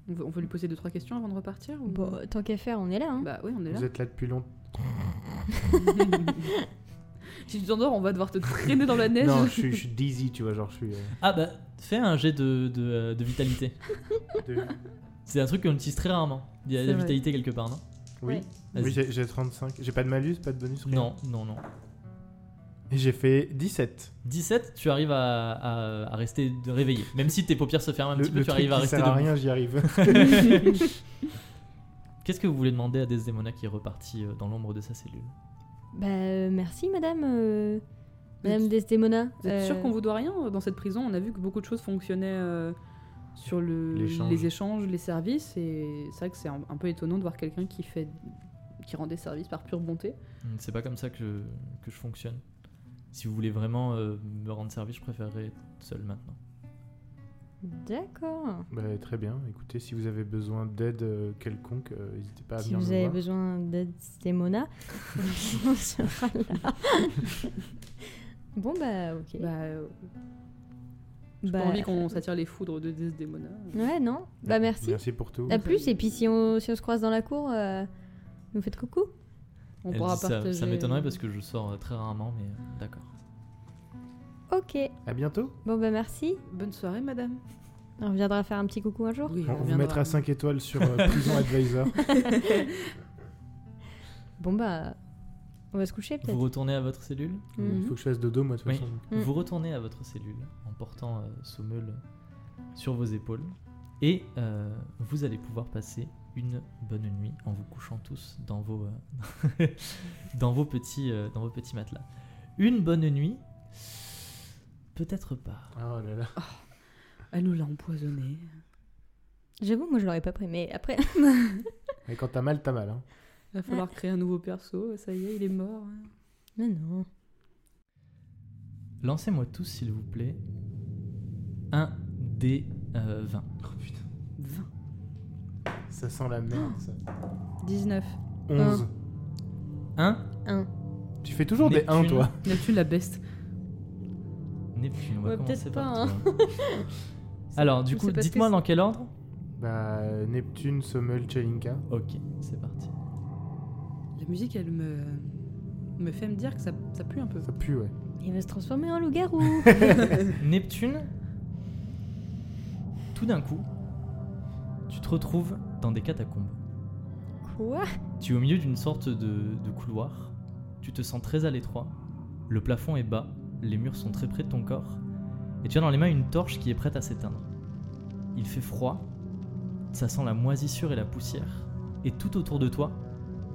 D: on, veut, on veut lui poser deux trois questions avant de repartir ou...
C: Bon, tant qu'à faire, on est là. hein.
D: Bah oui, on est là.
B: Vous êtes là depuis longtemps.
D: si tu t'endors, on va devoir te traîner dans la neige.
B: Non, je suis, je suis dizzy, tu vois, genre je suis. euh,
A: ah bah, fais un jet de, de, euh, de vitalité.
B: de-
A: C'est un truc qu'on utilise très rarement. Il y a
D: C'est
A: la
D: vrai.
A: vitalité quelque part, non
B: Oui,
C: Ouais.
A: Vas-y.
B: oui j'ai j'ai 35. J'ai pas de malus, pas de bonus rien.
A: Non, non, non.
B: Et j'ai fait 17.
A: 17, tu arrives à, à- à rester de réveillé. Même si tes paupières se ferment un
B: le
A: petit peu,
B: le
A: tu
B: truc
A: arrives à
B: qui
A: rester
B: sert à
A: debout.
B: rien, j'y arrive.
A: Qu'est-ce que vous voulez demander à Desdemona qui est repartie euh, dans l'ombre de sa cellule
C: Bah, euh, merci, madame. euh, Madame Desdemona.
D: Vous êtes sûr
C: euh,
D: qu'on vous doit rien euh, dans cette prison On a vu que beaucoup de choses fonctionnaient euh, sur le,
B: L'échange.
D: les échanges, les services, et c'est vrai que c'est un, un peu étonnant de voir quelqu'un qui fait qui rend des services par pure bonté.
A: Hmm, C'est pas comme ça que je, que je fonctionne. Si vous voulez vraiment euh, me rendre service, je préférerais être seul maintenant.
C: D'accord.
B: Bah, très bien, écoutez, si vous avez besoin d'aide euh, quelconque, euh, n'hésitez pas à
C: Si
B: venir
C: vous
B: nous
C: avez
B: voir.
C: besoin d'aide, c'était Mona. On sera là. bon, bah, ok.
D: Bah, euh, j'ai
C: Bah,
D: pas envie qu'on s'attire les foudres de Desdemona.
C: Ouais, non Bah, merci.
B: Merci pour tout.
C: À plus, et puis si on, si on se croise dans la cour, euh, nous faites coucou.
D: On
A: Elle
D: pourra
A: dit ça-
D: partager.
A: ça m'étonnerait parce que je sors euh, très rarement, mais euh, d'accord.
C: Ok.
B: À bientôt.
C: Bon, bah, merci.
D: Bonne soirée, madame.
C: On reviendra faire un petit coucou un jour.
D: Oui,
B: On vous
D: reviendra.
B: mettra 5 étoiles sur euh, Prison Advisor.
C: Bon, bah, on va se coucher peut-être.
A: Vous retournez à votre cellule
D: Mm-hmm.
B: Il faut que je fasse dodo, moi, de toute
A: Oui.
B: façon.
C: Mm.
A: Vous retournez à votre cellule en portant euh, Sommeul sur vos épaules et euh, vous allez pouvoir passer une bonne nuit en vous couchant tous dans vos, euh, dans vos, petits, euh, dans vos petits matelas. Une bonne nuit Peut-être pas.
B: Oh là là.
D: Elle nous l'a empoisonné.
C: J'avoue, moi je l'aurais pas pris, mais après.
B: Et quand t'as mal, t'as mal. Hein.
D: Il va falloir créer un nouveau perso. Ça y est, il est mort. hein.
C: non, non.
A: Lancez-moi tous, s'il vous plaît, un des euh, 20.
B: Oh putain.
D: 20.
B: Ça sent la
C: Oh.
B: merde, ça.
D: 19.
B: 11.
A: 1
C: Un.
B: Tu fais toujours des 1,
A: Neptune.
B: toi.
D: Neptune la best.
A: Neptune, on va
C: Ouais,
A: commencer
C: peut-être
A: par
C: pas,
A: toi. Alors, du
D: hein. Je
A: coup,
D: sais pas ce que
A: dites-moi
D: c'est.
A: dans quel ordre
B: Bah, Neptune, Sommel, Chelinka.
A: Ok, c'est parti.
D: La musique, elle me, me fait me dire que ça, ça pue un peu.
B: Ça pue, ouais.
C: Il va se transformer en loup-garou.
A: Neptune, tout d'un coup, tu te retrouves dans des catacombes.
C: Quoi
A: Tu es au milieu d'une sorte de, de couloir. Tu te sens très à l'étroit. Le plafond est bas. Les murs sont très près de ton corps. Et tu as dans les mains une torche qui est prête à s'éteindre. Il fait froid. Ça sent la moisissure et la poussière. Et tout autour de toi,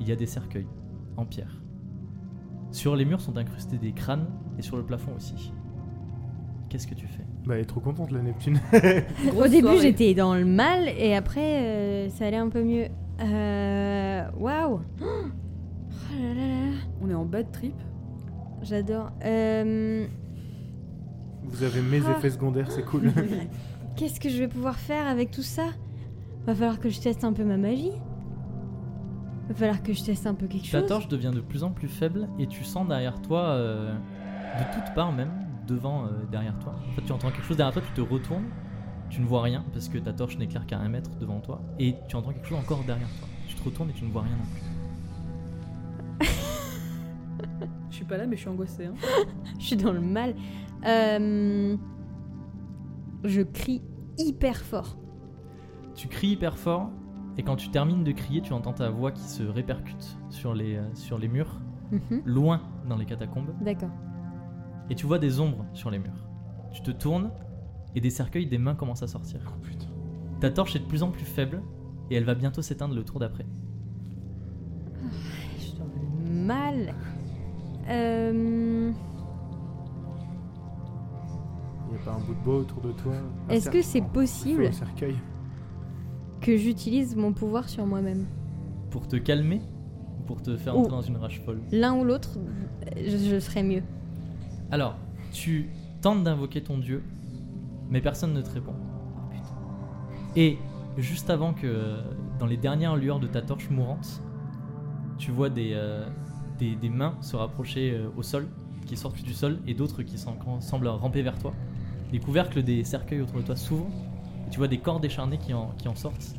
A: il y a des cercueils en pierre. Sur les murs sont incrustés des crânes et sur le plafond aussi. Qu'est-ce que tu fais
B: Bah, elle est trop contente, la Neptune.
C: Au
D: Grosse
C: début,
D: soirée.
C: j'étais dans le mal et après, euh, ça allait un peu mieux. Euh, Waouh Oh là là là là,
D: On est en bad trip.
C: J'adore. Euh,
B: Vous avez mes
C: Ah.
B: effets secondaires, c'est cool.
C: Qu'est-ce que je vais pouvoir faire avec tout ça Va falloir que je teste un peu ma magie. Va falloir que je teste un peu quelque
A: Ta
C: chose.
A: torche devient de plus en plus faible et tu sens derrière toi, euh, de toutes parts même, devant, euh, derrière toi. En fait, tu entends quelque chose derrière toi, tu te retournes, tu ne vois rien parce que ta torche n'éclaire qu'à un mètre devant toi et tu entends quelque chose encore derrière toi. Tu te retournes et tu ne vois rien non plus.
D: Je suis pas là, mais je suis angoissée. hein.
C: Je suis dans le mal. Euh, Je crie hyper fort.
A: Tu cries hyper fort et quand tu termines de crier, tu entends ta voix qui se répercute sur les, euh, sur les murs,
C: Mhm.
A: loin dans les catacombes,
C: D'accord.
A: et tu vois des ombres sur les murs. Tu te tournes et des cercueils des mains commencent à sortir.
B: Oh putain.
A: Ta torche est de plus en plus faible et elle va bientôt s'éteindre le tour d'après.
C: Je suis dans le mal. Euh,
B: Y a pas un bout de bois autour de toi Un
D: Ah,
C: Est-ce
B: cer-
C: que c'est
B: un
C: possible
B: faux cercueil.
C: que j'utilise mon pouvoir sur moi-même
A: Pour te calmer ou pour te faire entrer
C: Oh.
A: dans une rage folle
C: L'un ou l'autre, je, je ferais mieux.
A: Alors, tu tentes d'invoquer ton dieu, mais personne ne te répond. Ah, Et juste avant que, euh, dans les dernières lueurs de ta torche mourante, tu vois des, euh, des, des mains se rapprocher euh, au sol, qui sortent du sol, et d'autres qui s'en- semblent ramper vers toi. Les couvercles des cercueils autour de toi s'ouvrent, et tu vois des corps décharnés qui en, qui en sortent.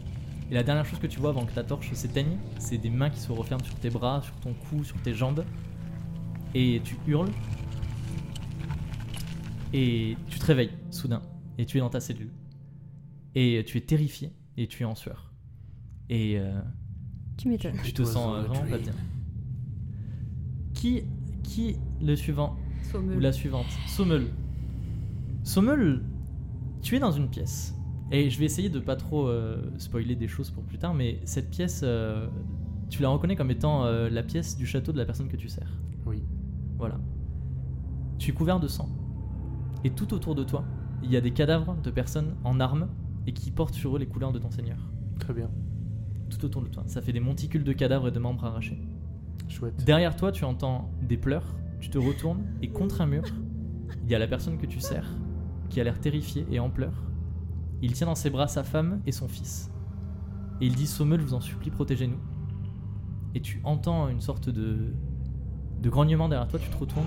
A: Et la dernière chose que tu vois avant que ta torche s'éteigne, c'est des mains qui se referment sur tes bras, sur ton cou, sur tes jambes, et tu hurles. Et tu te réveilles soudain. Et tu es dans ta cellule. Et tu es terrifié. Et tu es en sueur. Et euh,
C: Tu m'étonnes.
A: tu te
B: It was
A: sens
B: all
A: euh,
B: a
A: vraiment pas
B: dream.
A: bien. Qui, qui le suivant
D: Sommel.
A: ou la suivante Sommel. Sommel, tu es dans une pièce. Et je vais essayer de pas trop euh, spoiler des choses pour plus tard, mais cette pièce, euh, tu la reconnais comme étant euh, la pièce du château de la personne que tu sers.
B: Oui.
A: Voilà. Tu es couvert de sang. Et tout autour de toi, il y a des cadavres de personnes en armes et qui portent sur eux les couleurs de ton seigneur.
B: Très bien.
A: Tout autour de toi. Ça fait des monticules de cadavres et de membres arrachés.
B: Chouette.
A: Derrière toi, tu entends des pleurs, tu te retournes et contre un mur, il y a la personne que tu sers, qui a l'air terrifiée et en pleurs. Il tient dans ses bras sa femme et son fils. Et il dit Sommel, je vous en supplie, protégez-nous. Et tu entends une sorte de, de grognement derrière toi, tu te retournes,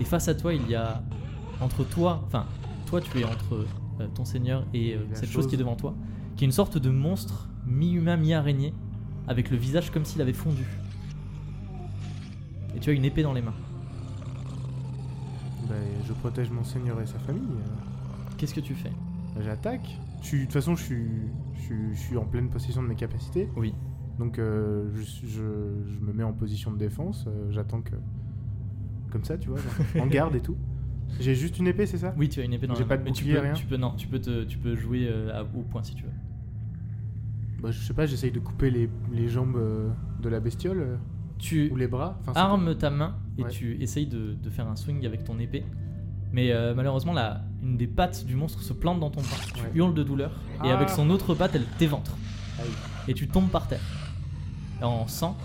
A: et face à toi, il y a entre toi, enfin, toi, tu es entre euh, ton seigneur et euh,
B: La
A: cette chose.
B: chose.
A: qui est devant toi, qui est une sorte de monstre mi-humain, mi-araignée, avec le visage comme s'il avait fondu. Et tu as une épée dans les mains.
B: Bah, je protège mon seigneur et sa famille. euh,
A: Qu'est-ce que tu fais
B: J'attaque. Je suis- De toute façon, je suis, je, suis, je suis en pleine possession de mes capacités.
A: Oui.
B: Donc, euh, je, je- je me mets en position de défense. euh, J'attends que. Comme ça, tu vois. genre, en garde et tout. J'ai juste une épée, c'est ça
A: Oui, tu as une épée dans
B: J'ai
A: la
B: pas
A: main.
B: de
A: Mais tu
B: bouclier,
A: peux,
B: rien.
A: tu peux, non, tu peux, te, tu peux jouer euh, à- au point si tu veux.
B: bah, Je sais pas, j'essaye de couper les, les jambes euh, de la bestiole euh,
A: Tu
B: ou les bras. Enfin, c'est-
A: armes ta main et
B: Ouais.
A: tu essayes de, de faire un swing avec ton épée. Mais euh, malheureusement, la, une des pattes du monstre se plante dans ton bras. Tu
B: Ouais.
A: hurles de douleur et
B: Ah.
A: avec son autre patte, elle t'éventre.
B: Aïe.
A: Et tu tombes par terre en sang.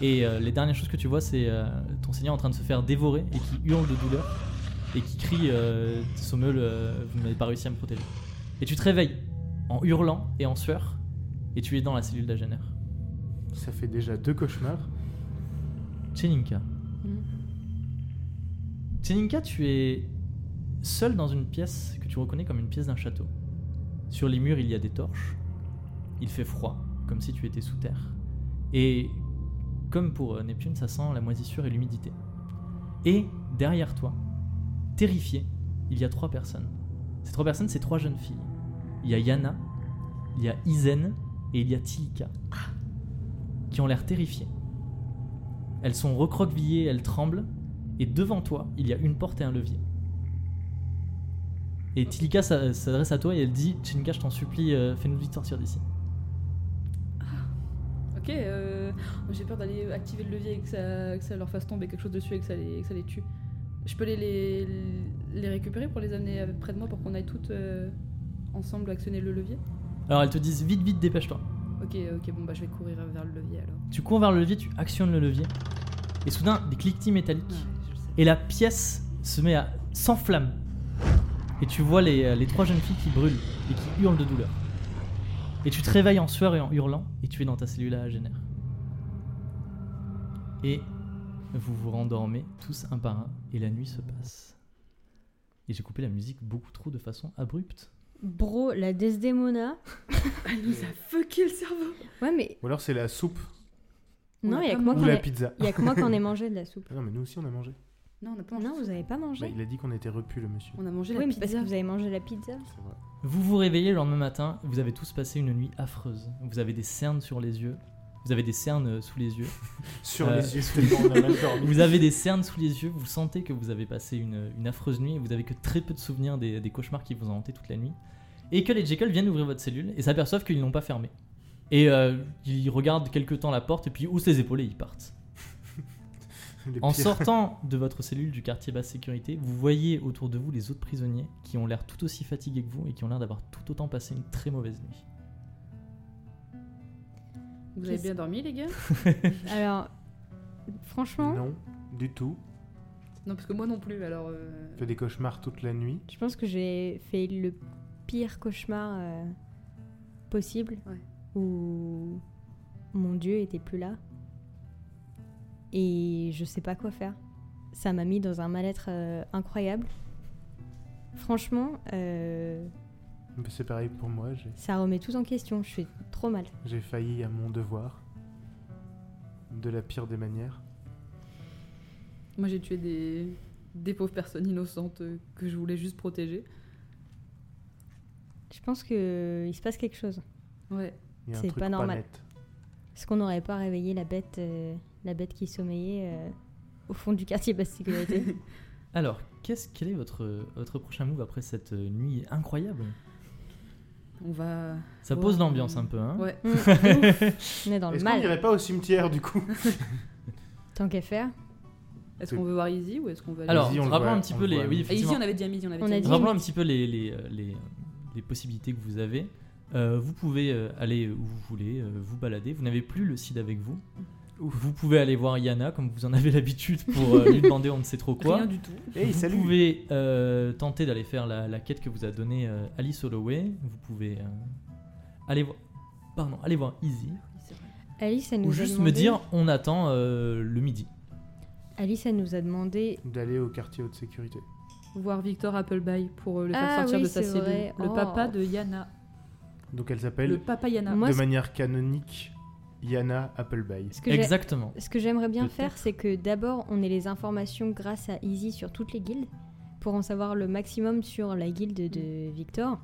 A: Et euh, les dernières choses que tu vois, c'est euh, ton seigneur en train de se faire dévorer et qui hurle de douleur et qui crie euh, Sommel, euh, vous n'avez pas réussi à me protéger. Et tu te réveilles en hurlant et en sueur et tu es dans la cellule d'Agener.
B: Ça fait déjà deux cauchemars.
A: Cheninka.
D: Mm.
A: Cheninka, tu es seul dans une pièce que tu reconnais comme une pièce d'un château. Sur les murs, il y a des torches. Il fait froid, comme si tu étais sous terre. Et comme pour euh, Neptune, ça sent la moisissure et l'humidité. Et derrière toi, terrifié, il y a trois personnes. Ces trois personnes, c'est trois jeunes filles. Il y a Yana, il y a Izen et il y a Tilika, qui ont l'air terrifiées. Elles sont recroquevillées, elles tremblent, et devant toi, il y a une porte et un levier. Et Tilika s'a- s'adresse à toi et elle dit Chinka, je t'en supplie, euh, fais-nous vite sortir d'ici.
D: Ok, euh, j'ai peur d'aller activer le levier et que ça, que ça leur fasse tomber quelque chose dessus et que ça les, que ça les tue. Je peux les, les, les récupérer pour les amener avec- près de moi pour qu'on aille toutes euh, ensemble actionner le levier
A: Alors elles te disent Vite, vite, dépêche-toi.
D: Ok, ok, bon bah je vais courir vers le levier alors.
A: Tu cours vers le levier, tu actionnes le levier, et soudain, des cliquetis métalliques,
D: je sais.
A: et la pièce se met à s'enflamme. Et tu vois les, euh, les trois jeunes filles qui brûlent et qui hurlent de douleur. Et tu te réveilles en sueur et en hurlant, et tu es dans ta cellule à Génère. Et vous vous rendormez tous un par un, et la nuit se passe. Et j'ai coupé la musique beaucoup trop de façon abrupte.
C: Bro, la Desdemona.
D: Elle nous a fucké le cerveau
C: Ouais, mais
B: Ou alors c'est la soupe
D: On
C: non,
D: a
C: il y a
D: pas
C: que moi
B: ou
C: qu'on
B: la
C: ait-
B: pizza.
C: y a que moi qu'on ait mangé de la soupe.
B: Ah non, mais nous aussi on a mangé.
D: Non, on a pas mangé.
C: Non, vous avez pas
B: Bah,
C: mangé.
B: il a dit qu'on était repus, le monsieur.
D: On a mangé
C: oui, mais
D: la
C: parce que
D: pizza.
C: vous avez mangé la pizza.
B: C'est vrai.
A: Vous vous réveillez le lendemain matin, vous avez tous passé une nuit affreuse. Vous avez des cernes sur les yeux, vous avez des cernes euh, sous les yeux.
B: Sur
A: Euh,
B: les yeux, tellement on a mal dormi.
A: Vous avez des cernes sous les yeux, vous sentez que vous avez passé une, une affreuse nuit et vous avez que très peu de souvenirs des, des cauchemars qui vous ont hanté toute la nuit. Et que les Jekyll viennent ouvrir votre cellule et s'aperçoivent qu'ils n'ont pas fermé. Et euh, ils regardent quelque temps la porte et puis haussent les épaules et ils partent.
B: Les
A: En
B: pires.
A: sortant de votre cellule du quartier basse sécurité, vous voyez autour de vous les autres prisonniers qui ont l'air tout aussi fatigués que vous et qui ont l'air d'avoir tout autant passé une très mauvaise nuit.
D: Vous avez bien dormi les gars
C: Alors, franchement,
B: Non, du tout.
D: Non, parce que moi non plus alors. euh,
B: Fait des cauchemars toute la nuit.
C: je pense que j'ai fait le pire cauchemar euh, possible
D: Ouais.
C: où mon dieu était plus là et je sais pas quoi faire. Ça m'a mis dans un mal-être euh, incroyable. Franchement, euh,
B: Mais C'est pareil pour moi, j'ai-
C: ça remet tout en question. Je suis trop mal.
B: j'ai failli à mon devoir. De la pire des manières.
D: Moi j'ai tué des... des pauvres personnes innocentes euh, que je voulais juste protéger.
C: Je pense que euh, il se passe quelque chose.
D: Ouais.
B: Il y a un
C: C'est
B: truc
C: pas normal.
B: net.
C: Est-ce qu'on n'aurait pas réveillé la bête, euh, la bête qui sommeillait euh, au fond du quartier basse sécurité
A: Alors, qu'est-ce, quel est votre, votre prochain move après cette euh, nuit incroyable
D: On va.
A: Ça pose
D: Ouais.
A: l'ambiance un peu, hein
D: Ouais.
C: Mm, ouf. On est dans le
B: Est-ce qu'on
C: mal.
B: irait pas au cimetière du coup
C: Tant qu'à faire.
D: Est-ce qu'on veut voir Easy ou est-ce qu'on veut aller
A: Alors,
B: Easy, on le
A: rappelons
B: voit,
A: un petit
B: on
A: peu
B: le
A: les.
B: voit,
A: Oui,
B: oui.
D: Et Easy,
A: effectivement.
D: on avait déjà mis, on avait
C: On
D: déjà
C: a
D: mis.
C: dit-
A: Rappelons un petit peu les, les, euh, les- les possibilités que vous avez. Euh, vous pouvez euh, aller où vous voulez, euh, vous balader. Vous n'avez plus le CID avec vous. Vous pouvez aller voir Yana comme vous en avez l'habitude pour euh, lui demander on ne sait trop quoi.
D: Rien du tout.
A: vous
B: Hey, salut
A: pouvez euh, tenter d'aller faire la, la quête que vous a donnée euh, Alice Holloway. Vous pouvez euh, aller voir. Pardon, aller voir Easy.
C: Alice, elle nous
A: Ou
C: a
A: juste me
C: demandé-
A: dire on attend euh, le midi.
C: Alice, elle nous a demandé
B: D'aller au quartier haute sécurité.
D: Voir Victor Appleby pour euh, le faire
C: Ah
D: sortir
C: oui,
D: de sa
C: c'est
D: cellule.
C: vrai.
D: Le
C: Oh.
D: papa de Yana.
B: Donc elle
D: Le
B: s'appelle
D: papa Yana.
C: Moi,
B: de
C: ce-
B: manière canonique Yana Appleby.
C: ce que j'ai-
A: Exactement.
C: Ce que j'aimerais bien
B: Peut-être.
C: faire, c'est que d'abord, on ait les informations grâce à Easy sur toutes les guildes, pour en savoir le maximum sur la guilde
A: Mm.
C: de Victor,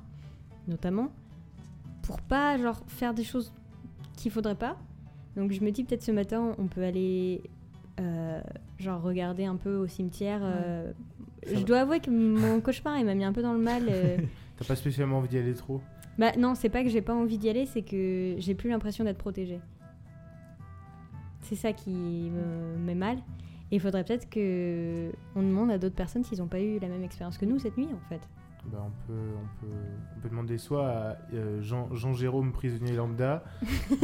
C: notamment, pour pas genre faire des choses qu'il faudrait pas. Donc je me dis peut-être ce matin, on peut aller euh, genre regarder un peu au cimetière. euh,
B: Ça
C: je
B: va.
C: dois avouer que mon cauchemar, il m'a mis un peu dans le mal. euh.
B: T'as pas spécialement envie d'y aller trop
C: bah non, c'est pas que j'ai pas envie d'y aller, c'est que j'ai plus l'impression d'être protégée. C'est ça qui me met mal. Et il faudrait peut-être que on demande à d'autres personnes s'ils n'ont pas eu la même expérience que nous cette nuit, en fait.
B: Bah, on, peut, on, peut, on peut demander soit à euh, Jean, Jean-Jérôme, prisonnier lambda,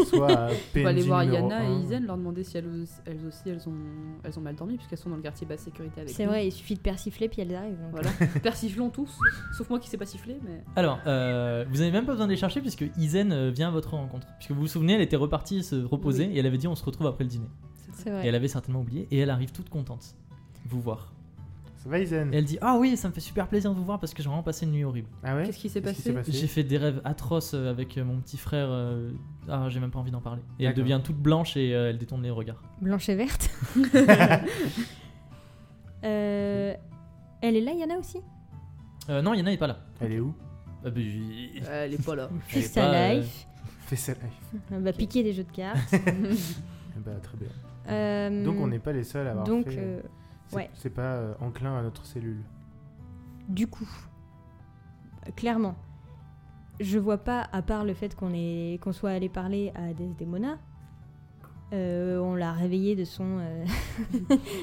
B: soit à
D: On
B: PNJ
D: va aller voir
B: numéro
D: Yana
B: un.
D: et Isen, leur demander si elles, aussi- elles aussi elles ont, elles ont mal dormi, puisqu'elles sont dans le quartier basse sécurité avec
C: C'est
D: nous.
C: vrai, il suffit de persifler puis elles arrivent. donc.
D: Voilà. Persiflons tous, sauf moi qui sais pas siffler, mais.
A: Alors, euh, vous n'avez même pas besoin de les chercher puisque Isen euh, vient à votre rencontre. Puisque vous vous souvenez, elle était repartie se reposer
D: Oui.
A: et elle avait dit on se retrouve après le dîner.
C: C'est
A: Et
C: vrai.
A: elle avait certainement oublié et elle arrive toute contente vous voir.
B: Ça va, Isen
A: Et elle dit ah oui, ça me fait super plaisir de vous voir parce que j'ai vraiment passé une nuit horrible.
B: Ah ouais
D: Qu'est-ce qui s'est
B: Qu'est-ce qui
D: passé
A: J'ai fait des rêves atroces euh, avec euh, mon petit frère. euh, Ah, j'ai même pas envie d'en parler. Et elle
B: D'accord.
A: devient toute blanche et euh, elle détourne les regards.
C: Blanche et verte. Euh, elle est là, Yana aussi
A: Euh, non, Yana est pas là.
B: Elle est où
A: Ah, bah, j-
D: Euh, Elle est pas là.
A: Elle
C: Fais
A: est
C: sa
A: pas, euh,
C: life.
B: Fais ça live.
C: On va piquer des jeux de cartes.
B: Eh Bah, très bien.
D: Hmm.
C: Euh,
B: Donc on n'est pas les seuls à avoir
C: donc,
B: fait...
C: euh,
B: c'est-
C: ouais.
B: C'est pas euh, enclin à notre cellule.
C: Du coup, clairement, je vois pas, à part le fait qu'on ait- qu'on soit allé parler à Desdemona, euh, on l'a réveillé de son, euh,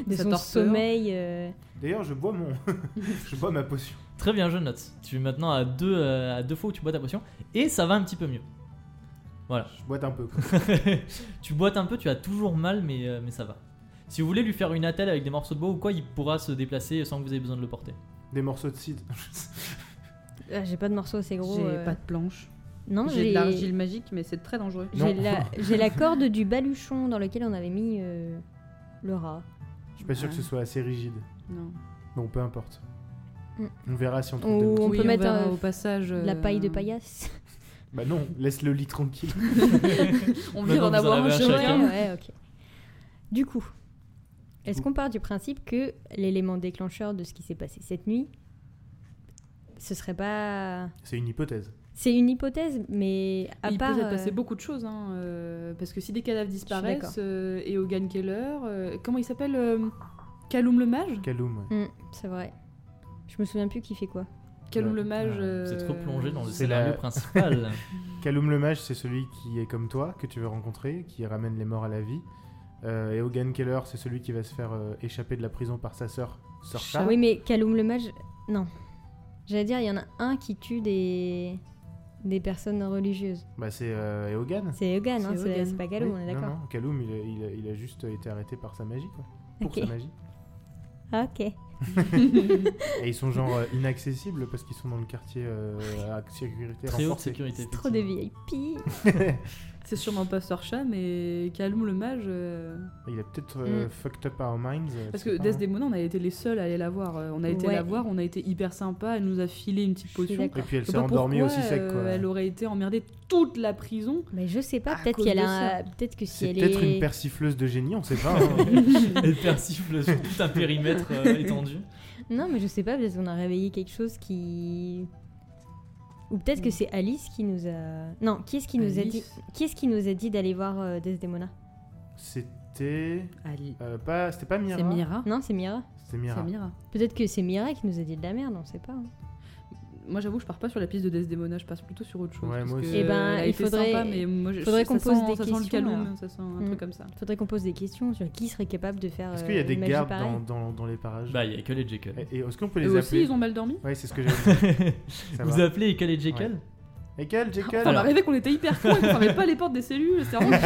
C: de
D: Sa
C: son
D: torpeur.
C: sommeil. euh,
B: D'ailleurs, je bois mon... je bois ma potion.
A: Très bien, je note. Tu es maintenant à deux, euh, à deux fois où tu bois ta potion et ça va un petit peu mieux.
B: Je boite un peu. quoi.
A: tu boites un peu, tu as toujours mal, mais, euh, mais ça va. Si vous voulez lui faire une attelle avec des morceaux de bois ou quoi, il pourra se déplacer sans que vous ayez besoin de le porter.
B: Des morceaux de cid.
C: ah, j'ai pas de morceau assez gros.
D: J'ai
C: euh,
D: pas de planche.
C: Non,
D: J'ai de
C: j'ai
D: l'argile magique, mais c'est très dangereux.
C: j'ai la, j'ai la corde du baluchon dans lequel on avait mis euh, le rat.
B: Je suis pas
C: Ah.
B: sûr que ce soit assez rigide.
D: Ah, Non.
B: Bon, peu importe.
C: Mm.
B: On verra si on trouve
C: Ou
B: des morceaux.
C: on
D: Oui,
C: peut mettre
D: verra
C: un-
D: au passage.
C: De la paille de
D: euh,
C: paillasse.
B: Bah non, laisse le lit tranquille.
D: On vient
A: Maintenant,
B: Bah,
D: d'en
A: vous en
D: avoir un
A: avez un
D: chacun.
A: chacun.
C: ouais, ok. Du coup, est-ce qu'on part du principe que l'élément déclencheur de ce qui s'est passé cette nuit, ce serait pas.
B: C'est une hypothèse.
C: C'est une hypothèse, mais à
D: Il
C: part.
D: peut se
C: euh,
D: passer beaucoup de choses, hein, euh, parce que si des cadavres
C: d'accord.
D: disparaissent, euh, et Hogan Keller, euh, comment il s'appelle euh, Kaloum le mage
B: Kaloum. ouais.
C: hmm, c'est vrai. Je me souviens plus qui fait quoi.
D: Kaloum
B: Ouais.
D: le mage.
A: Voilà, Ah, Vous êtes
D: euh,
A: replongé dans le
B: C'est
A: scénario
B: la-
A: principal.
B: Kaloum le mage, c'est celui qui est comme toi, que tu veux rencontrer, qui ramène les morts à la vie. Euh, et Hogan Keller, c'est celui qui va se faire euh, échapper de la prison par sa sœur, sœur
D: Chat. Ah.
B: Chat.
C: Oui, mais Kaloum le mage. Non. J'allais dire, il y en a un qui tue des. des personnes religieuses.
B: Bah c'est euh, Eogan.
C: C'est Eogan, hein,
D: C'est
C: c'est
D: Eogan.
C: c'est pas Kaloum,
B: Oui,
C: on est
B: non,
C: d'accord.
B: non, Kaloum, il, a- il a- il a juste été arrêté par sa magie, quoi. Pour
C: Ok.
B: sa magie.
C: Ah, Ok.
B: Et ils sont genre euh, inaccessibles parce qu'ils sont dans le quartier euh, à sécurité
A: Très haute
B: renforcée.
A: sécurité.
C: Trop de VIP.
D: C'est sûrement pas Sorcha, mais Kaloum le mage. euh,
B: Il a peut-être euh,
C: Mm.
B: fucked up our minds. euh,
D: Parce
B: tu
D: que
B: sais pas, hein.
D: Desdemona, on a été les seuls à aller la voir. euh, On a été
C: Ouais.
D: la voir, on a été hyper sympa. Elle nous a filé une petite
C: Je suis
D: potion.
C: d'accord.
B: Et puis elle
D: Je sais
B: s'est
D: pas
B: endormie
D: pourquoi,
B: aussi sec, quoi.
D: euh, elle aurait été emmerdée toute la prison.
C: Mais je sais pas,
D: À
C: peut-être
D: cause
C: qu'elle
D: de
C: a. un- Peut-être que si
B: C'est
C: elle
B: peut-être
C: est.
B: une persifleuse de génie, on sait pas. hein.
A: Elle persifle sur tout un périmètre euh, étendu.
C: Non, mais je sais pas, parce qu'on a réveillé quelque chose qui. Ou peut-être que c'est Alice qui nous a. Non, qui est-ce qui nous a dit
D: Alice.
C: Qui est-ce qui nous a dit d'aller voir euh, Desdemona
B: C'était euh, pas, c'était pas Mira.
D: C'est Mira.
C: Non, c'est Mira.
B: C'était Mira.
D: C'est Mira.
C: Peut-être que c'est Mira qui nous a dit de la merde, on sait pas. hein.
D: moi j'avoue, je pars pas sur la piste de Desdemona, je passe plutôt sur autre chose.
B: Ouais,
D: parce
B: moi
D: que
B: aussi.
C: Eh ben,
D: elle
C: il
D: était
C: faudrait-
D: sympa, mais moi, je-
C: faudrait
D: ça
C: qu'on
D: sent-
C: pose des
D: Ça sent le
C: questions,
D: calme,
C: alors.
D: ça sent un
C: Mm.
D: truc comme ça.
C: Faudrait qu'on pose des questions sur qui serait capable de faire.
B: Est-ce
C: euh,
B: qu'il y a des
C: une magie
B: gardes
C: pareille
B: dans, dans- dans les parages
A: Bah, il y a Ekel et Jekyll.
B: Et, et est-ce qu'on peut les
D: Eux
B: appeler
D: aussi, ils ont mal dormi
B: Ouais, c'est ce que j'avais dit. Ça
A: Vous
B: va.
A: appelez Ekel et Jekyll
B: Ouais. Jekyll, Jekyll
D: On
A: Alors-
D: arrivait qu'on était hyper cons et qu'on fermait pas les portes des cellules, c'est vraiment une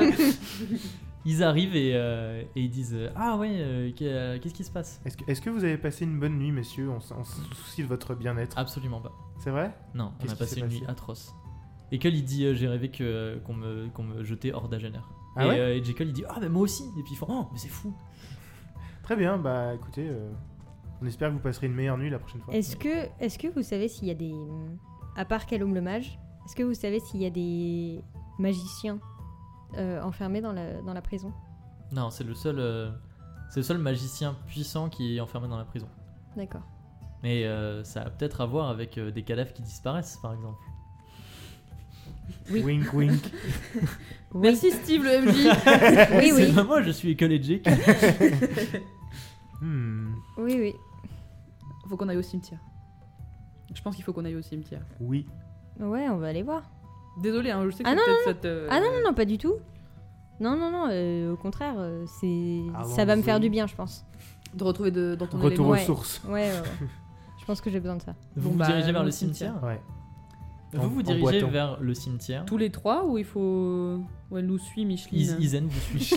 D: rêve.
A: Ils arrivent et, euh, et ils disent euh, Ah ouais, euh, qu'est- euh, qu'est-ce qui se passe
B: Est-ce que, est-ce que vous avez passé une bonne nuit, messieurs On, s- on se soucie de votre bien-être.
A: Absolument pas.
B: C'est vrai
A: Non, on
B: Qu'est-ce
A: a
B: qui
A: passé
B: s'est
A: une
B: passé
A: nuit atroce. Ekel il dit euh, J'ai rêvé que, euh, qu'on me, qu'on me jetait hors d'Agener.
B: Ah
A: et,
B: ouais
A: euh, et Jekyll il dit Ah, mais moi aussi Et puis ils font Oh, mais c'est fou
B: Très bien, bah écoutez, euh, on espère que vous passerez une meilleure nuit la prochaine fois.
C: Est-ce que, est que vous savez s'il y a des. À part Calum le mage, est-ce que vous savez s'il y a des magiciens euh, enfermés dans la, dans la prison
A: Non, c'est le seul. euh, c'est le seul magicien puissant qui est enfermé dans la prison.
C: D'accord.
A: Mais euh, ça a peut-être à voir avec euh, des cadavres qui disparaissent, par exemple.
C: oui.
B: Wink, wink.
D: Merci Steve, le MJ.
C: Oui,
A: c'est
C: oui.
A: pas moi, je suis Ekel et Jekyll.
B: Hmm,
C: Oui, oui.
D: Faut qu'on aille au cimetière. Je pense qu'il faut qu'on aille au cimetière.
B: oui.
C: Ouais, on va aller voir.
D: Désolé, hein, je sais que
C: Ah
D: c'est
C: non,
D: peut-être cette. euh,
C: Ah non, non, non, pas du tout. Non, non, non, euh, au contraire, euh, c'est ça va me
B: Allons-y.
C: faire du bien, je pense.
D: De retrouver de, dans ton
B: Retour
D: élément.
B: aux
C: ouais.
B: sources.
C: Ouais, ouais, ouais. je pense que j'ai besoin de ça.
A: Vous
D: Bon,
A: vous
D: bah,
A: dirigez vers
D: allons
A: le
D: au cimetière.
A: cimetière
B: Ouais. En-
A: Vous vous
B: en
A: dirigez
B: boitant.
A: vers le cimetière.
D: Tous les trois ou il faut. Ou elle nous suit, Micheline
A: Is- Isen vous suit.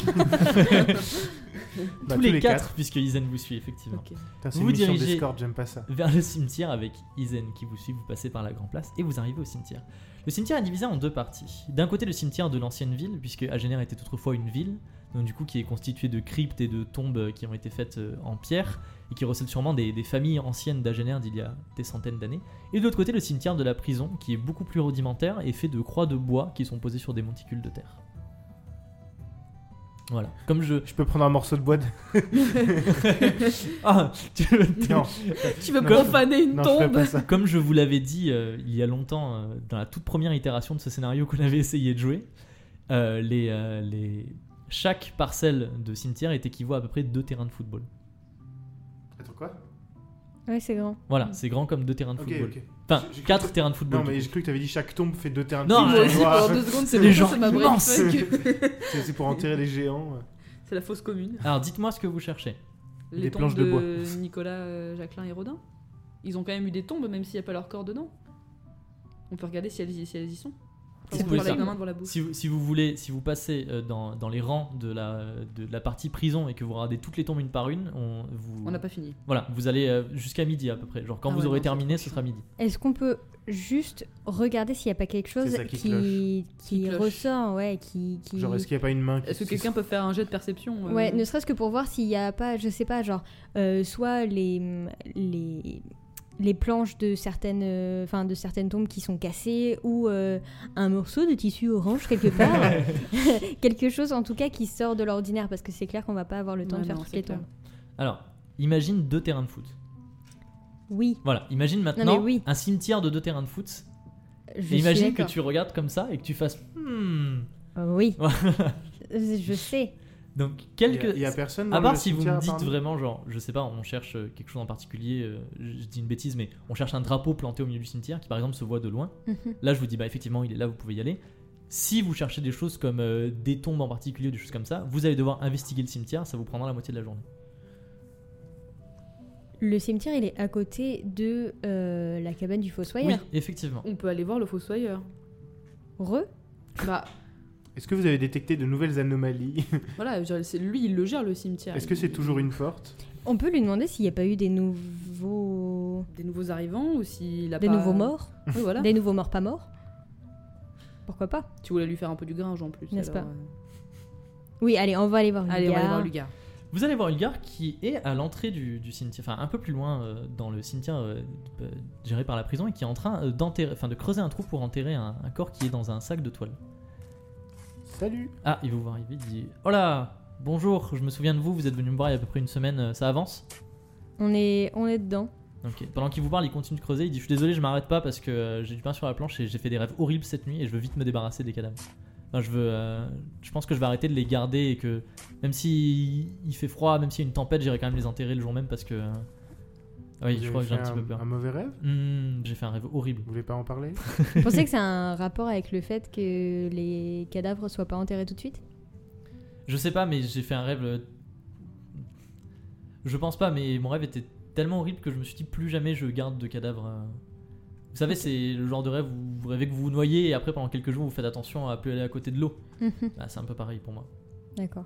B: Bah,
A: tous les quatre, puisque Isen vous suit, effectivement.
D: Ok.
B: Putain, c'est
A: Vous
B: une mission
A: dirigez-
B: d'escorte, j'aime pas ça.
A: Vers le cimetière avec Isen qui vous suit, vous passez par la Grand Place et vous arrivez au cimetière. Le cimetière est divisé en deux parties. D'un côté, le cimetière de l'ancienne ville, puisque Agener était autrefois une ville, donc du coup qui est constituée de cryptes et de tombes qui ont été faites euh, en pierre et qui recèlent sûrement des, des familles anciennes d'Agener d'il y a des centaines d'années. Et de l'autre côté, le cimetière de la prison, qui est beaucoup plus rudimentaire et fait de croix de bois qui sont posées sur des monticules de terre. Voilà. Comme je.
B: Je peux prendre un morceau de bois de...
A: Ah tu-
B: Non,
D: Tu veux
B: Non,
D: profaner une
B: non je fais
D: tombe
B: pas ça.
A: Comme je vous l'avais dit euh, il y a longtemps, euh, dans la toute première itération de ce scénario qu'on avait essayé de jouer, euh, les, euh, les... chaque parcelle de cimetière est équivaut à peu près deux terrains de football.
B: Attends, quoi
C: Ouais, c'est grand.
D: Hmm.
A: Voilà, c'est grand comme deux terrains de
B: Ok,
A: football.
B: ok.
A: Enfin,
B: J'ai- j'ai
A: quatre
B: cru-
A: terrains de football.
B: Non, mais
A: du
B: j'ai
A: coup.
B: cru que t'avais dit chaque tombe fait deux terrains de
A: Non,
D: Moi
B: football.
D: aussi,
B: Ouah,
D: pendant deux secondes,
A: C'est
D: c'est
A: des
D: ça,
A: gens
D: c'est ma brain
A: immenses.
D: funk.
B: c'est c'est pour enterrer les géants. ouais.
D: C'est la fausse commune.
A: Alors dites-moi ce que vous cherchez.
D: Les
B: Des
D: tombes
B: planches de bois.
D: Nicolas, euh, Jacquelin et Rodin. Ils ont quand même eu des tombes, même s'il n'y a pas leur corps dedans. On peut regarder si elles, y- si elles y sont.
A: Si vous
D: on peut
A: pouvez
D: avec
A: faire.
D: la main devant la bouche.
A: Si vous, si vous voulez, si vous passez euh, dans, dans les rangs de la, de la partie prison et que vous regardez toutes les tombes une par une, on, vous,
D: On n'a pas fini.
A: voilà, vous allez euh, jusqu'à midi à peu près. Genre quand
D: Ah
A: vous
D: ouais,
A: aurez
D: non, c'est
A: terminé,
D: trop
A: ce sera midi.
C: Est-ce qu'on peut juste regarder s'il n'y a pas quelque chose
B: C'est ça qui
C: qui, qui
D: Qui cloche.
C: ressort, ouais, qui, qui...
B: Genre, est-ce qu'il n'y a pas une main qui-
D: Est-ce que quelqu'un peut faire un jet de perception euh,
C: Ouais, ne serait-ce que pour voir s'il n'y a pas, je sais pas, genre, euh, soit les, les, les planches de certaines, euh, enfin de certaines tombes qui sont cassées, ou euh, un morceau de tissu orange quelque part, quelque chose en tout cas qui sort de l'ordinaire, parce que c'est clair qu'on va pas avoir le temps
D: Ouais,
C: de faire
D: non,
C: toutes
D: c'est
C: les
D: clair.
C: tombes.
A: Alors, imagine deux terrains de foot.
C: Oui,
A: Voilà, imagine maintenant
C: oui.
A: un cimetière de deux terrains de foot
C: je
A: Et
C: suis
A: imagine que
C: d'accord.
A: tu regardes comme ça et que tu fasses hmm.
C: Oui, je sais.
A: Donc
B: Il y a-
A: quelque
B: Il y a personne dans
A: à part
B: le
A: si vous me
B: cimetière,
A: dites
B: apparemment
A: vraiment genre je sais pas on cherche euh, quelque chose en particulier euh, je je dis une bêtise mais on cherche un drapeau planté au milieu du cimetière qui par exemple se voit de loin.
C: Mhm.
A: Là je vous dis bah effectivement il est là vous pouvez y aller. Si vous cherchez des choses comme euh, des tombes en particulier ou des choses comme ça, vous allez devoir investiguer le cimetière, ça vous prendra la moitié de la journée.
C: Le cimetière, il est à côté de euh, la cabane du
A: Oui,
C: fossoyeur.
A: effectivement.
D: On peut aller voir le fossoyeur.
C: Re
D: Bah
B: Est-ce que vous avez détecté de nouvelles anomalies
D: voilà, je veux dire, c'est- lui il le gère le cimetière.
B: Est-ce que
D: Il-
B: c'est toujours une porte
C: On peut lui demander s'il n'y a pas eu des nouveaux...
D: des nouveaux arrivants ou s'il a
C: Des
D: pas-
C: nouveaux morts
D: Oui, voilà.
C: Des nouveaux morts pas morts Pourquoi pas
D: Tu voulais lui faire un peu du gringe en plus.
C: N'est-ce
D: alors,
C: pas
D: euh.
C: Oui, allez, on va aller voir
D: Allez, on va aller voir
C: Lugar.
D: Lugar.
A: Vous allez voir une gare qui est à l'entrée du, du cimetière, enfin un peu plus loin euh, dans le cimetière euh, euh, géré par la prison et qui est en train euh, d'enterrer, enfin de creuser un trou pour enterrer un, un corps qui est dans un sac de toile.
B: Salut
A: Ah, il vous voit arriver, il dit Oh là Bonjour, je me souviens de vous, vous êtes venu me voir il y a à peu près une semaine, euh, ça avance
C: On est, on est dedans.
A: Ok. Pendant qu'il vous parle, il continue de creuser, il dit Je suis désolé, je m'arrête pas parce que euh, j'ai du pain sur la planche et j'ai fait des rêves horribles cette nuit et je veux vite me débarrasser des cadavres. Enfin, je veux. euh, je pense que je vais arrêter de les garder et que même si il fait froid, même s'il y a une tempête, j'irai quand même les enterrer le jour même parce que. euh, Oui,
B: Vous
A: je
B: avez
A: crois que j'ai un
B: fait
A: petit peu peur.
B: Un mauvais rêve
A: Hmm, j'ai fait un rêve horrible.
B: Vous voulez pas en parler
C: Vous pensez que c'est un rapport avec le fait que les cadavres soient pas enterrés tout de suite
A: Je sais pas, mais j'ai fait un rêve. euh, Je pense pas, mais mon rêve était tellement horrible que je me suis dit plus jamais je garde de cadavre. euh. Vous savez, c'est le genre de rêve où vous rêvez que vous vous noyez et après pendant quelques jours vous faites attention à plus aller à côté de l'eau.
C: Mhm,
A: Bah, c'est un peu pareil pour moi.
C: D'accord.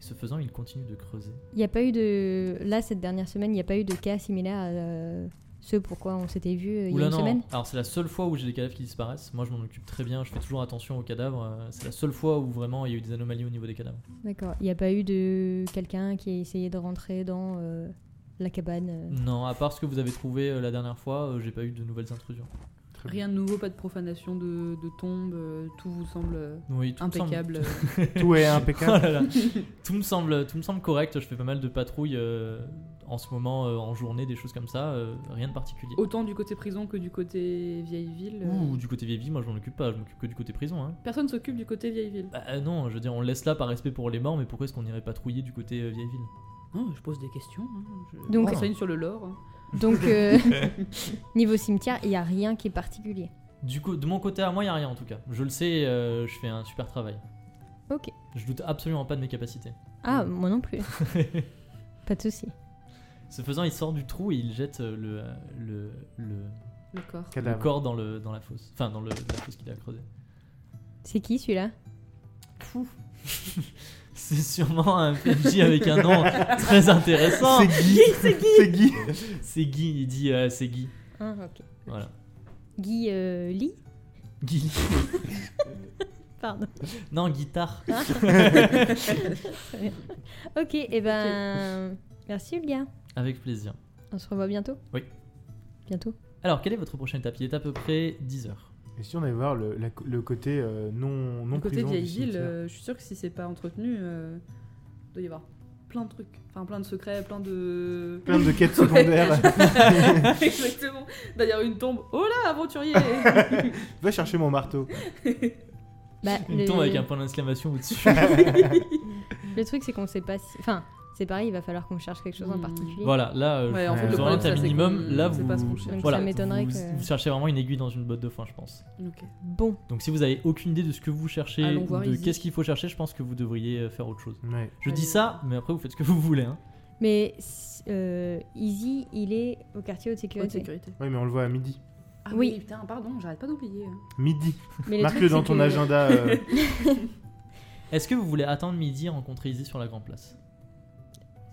A: Et ce faisant, il continue de creuser.
C: Il n'y a pas eu de. Là, cette dernière semaine, il n'y a pas eu de cas similaire à euh, ceux pourquoi on s'était vu euh, il y a
A: Oula
C: une
A: non.
C: semaine
A: Alors c'est la seule fois où j'ai des cadavres qui disparaissent. Moi je m'en occupe très bien, je fais toujours attention aux cadavres. euh, C'est la seule fois où vraiment il y a eu des anomalies au niveau des cadavres.
C: D'accord. Il n'y a pas eu de quelqu'un qui a essayé de rentrer dans euh, la cabane euh.
A: Non, à part ce que vous avez trouvé euh, la dernière fois, euh, j'ai pas eu de nouvelles intrusions.
B: Très bien.
D: Rien de nouveau, pas de profanation de, de tombe, euh, tout vous semble euh,
A: Oui, tout me semble-
D: impeccable.
B: Tout est
A: Oh
B: impeccable.
A: là là. tout me semble, tout me semble correct. Je fais pas mal de patrouilles euh, en ce moment, euh, en journée, des choses comme ça. euh, rien de particulier.
D: Autant du côté prison que du côté vieille ville. euh,
A: Ouh, du côté vieille ville, moi je m'en occupe pas. Je m'occupe que du côté prison. Hein.
D: Personne s'occupe du côté vieille ville.
A: Bah euh, non, je veux dire, on le laisse là par respect pour les morts, mais pourquoi est-ce qu'on irait patrouiller du côté euh, vieille ville
D: Non, Ah, je pose des questions. hein, je-
C: Donc-
D: on renseigne sur le lore. hein.
C: Donc, euh, niveau cimetière, il n'y a rien qui est particulier.
A: Du coup, de mon côté à moi, y a rien en tout cas. Je le sais, euh, je fais un super travail.
C: Ok.
A: Je doute absolument pas de mes capacités.
C: Ah, moi non plus. pas de souci.
A: Ce faisant, il sort du trou et il jette euh, le, euh, le, le,
D: Le corps.
A: le
B: Cadavre.
A: corps dans, le, dans la fosse. Enfin, dans le, la fosse qu'il a creusée.
C: C'est qui celui-là
A: Fou. C'est sûrement un PNJ avec un nom très intéressant.
B: C'est Guy. C'est Guy.
A: C'est Guy, il dit euh, c'est Guy.
C: Ah, ok.
A: Voilà.
C: Guy euh, Lee
A: Guy.
C: Pardon.
A: Non, guitare.
C: Ok, et ben. Merci, Olga.
A: Avec plaisir.
C: On se revoit bientôt
A: Oui.
C: Bientôt
A: Alors, quelle est votre prochaine étape Il est à peu près 10 heures.
B: Et si on allait voir le, la- le côté euh, non, non
D: Du côté
B: prison du
D: vieille ville,
B: cimetière
D: euh, je suis sûre que si c'est pas entretenu, euh, il doit y avoir plein de trucs. Enfin, plein de secrets, plein de.
B: Plein de quêtes secondaires.
D: Exactement. D'ailleurs, une tombe. Oh là, aventurier
B: Va chercher mon marteau.
C: bah,
A: Une
C: le,
A: tombe avec un point d'exclamation au-dessus.
C: le truc, c'est qu'on sait pas si. Enfin, c'est pareil, il va falloir qu'on cherche quelque chose en
D: Hmm.
C: particulier.
A: voilà, là, euh,
D: Ouais,
A: je
D: en
B: fait,
A: vous
B: le problème,
A: oriente
B: ça,
A: un
B: c'est
A: minimum.
D: qu'on
A: Là,
D: sait
A: vous,
D: pas ce qu'on cherche.
A: voilà,
C: Ça m'étonnerait
A: vous,
C: que-
A: vous cherchez vraiment une aiguille dans une botte de foin, je pense.
D: Ok.
C: Bon,
A: Donc, si vous avez aucune idée de ce que vous cherchez,
D: Allons
A: ou
D: voir
A: de
D: Izzy.
A: qu'est-ce qu'il faut chercher, je pense que vous devriez euh, faire autre chose.
B: Ouais.
A: Je dis
D: Allez.
A: ça, mais après, vous faites ce que vous voulez. Hein.
C: mais euh, Easy, il est au quartier haute
D: Haute
C: sécurité.
D: sécurité.
B: Oui, mais on le voit à midi.
D: Ah
C: Oui.
D: oui, putain, pardon, j'arrête pas d'oublier. hein.
B: Midi.
C: Mais le
B: Marque-le
C: truc,
B: dans
C: c'est
B: ton
C: que-
B: agenda. euh,
A: Est-ce que vous voulez attendre midi et rencontrer Izzy sur la Grand Place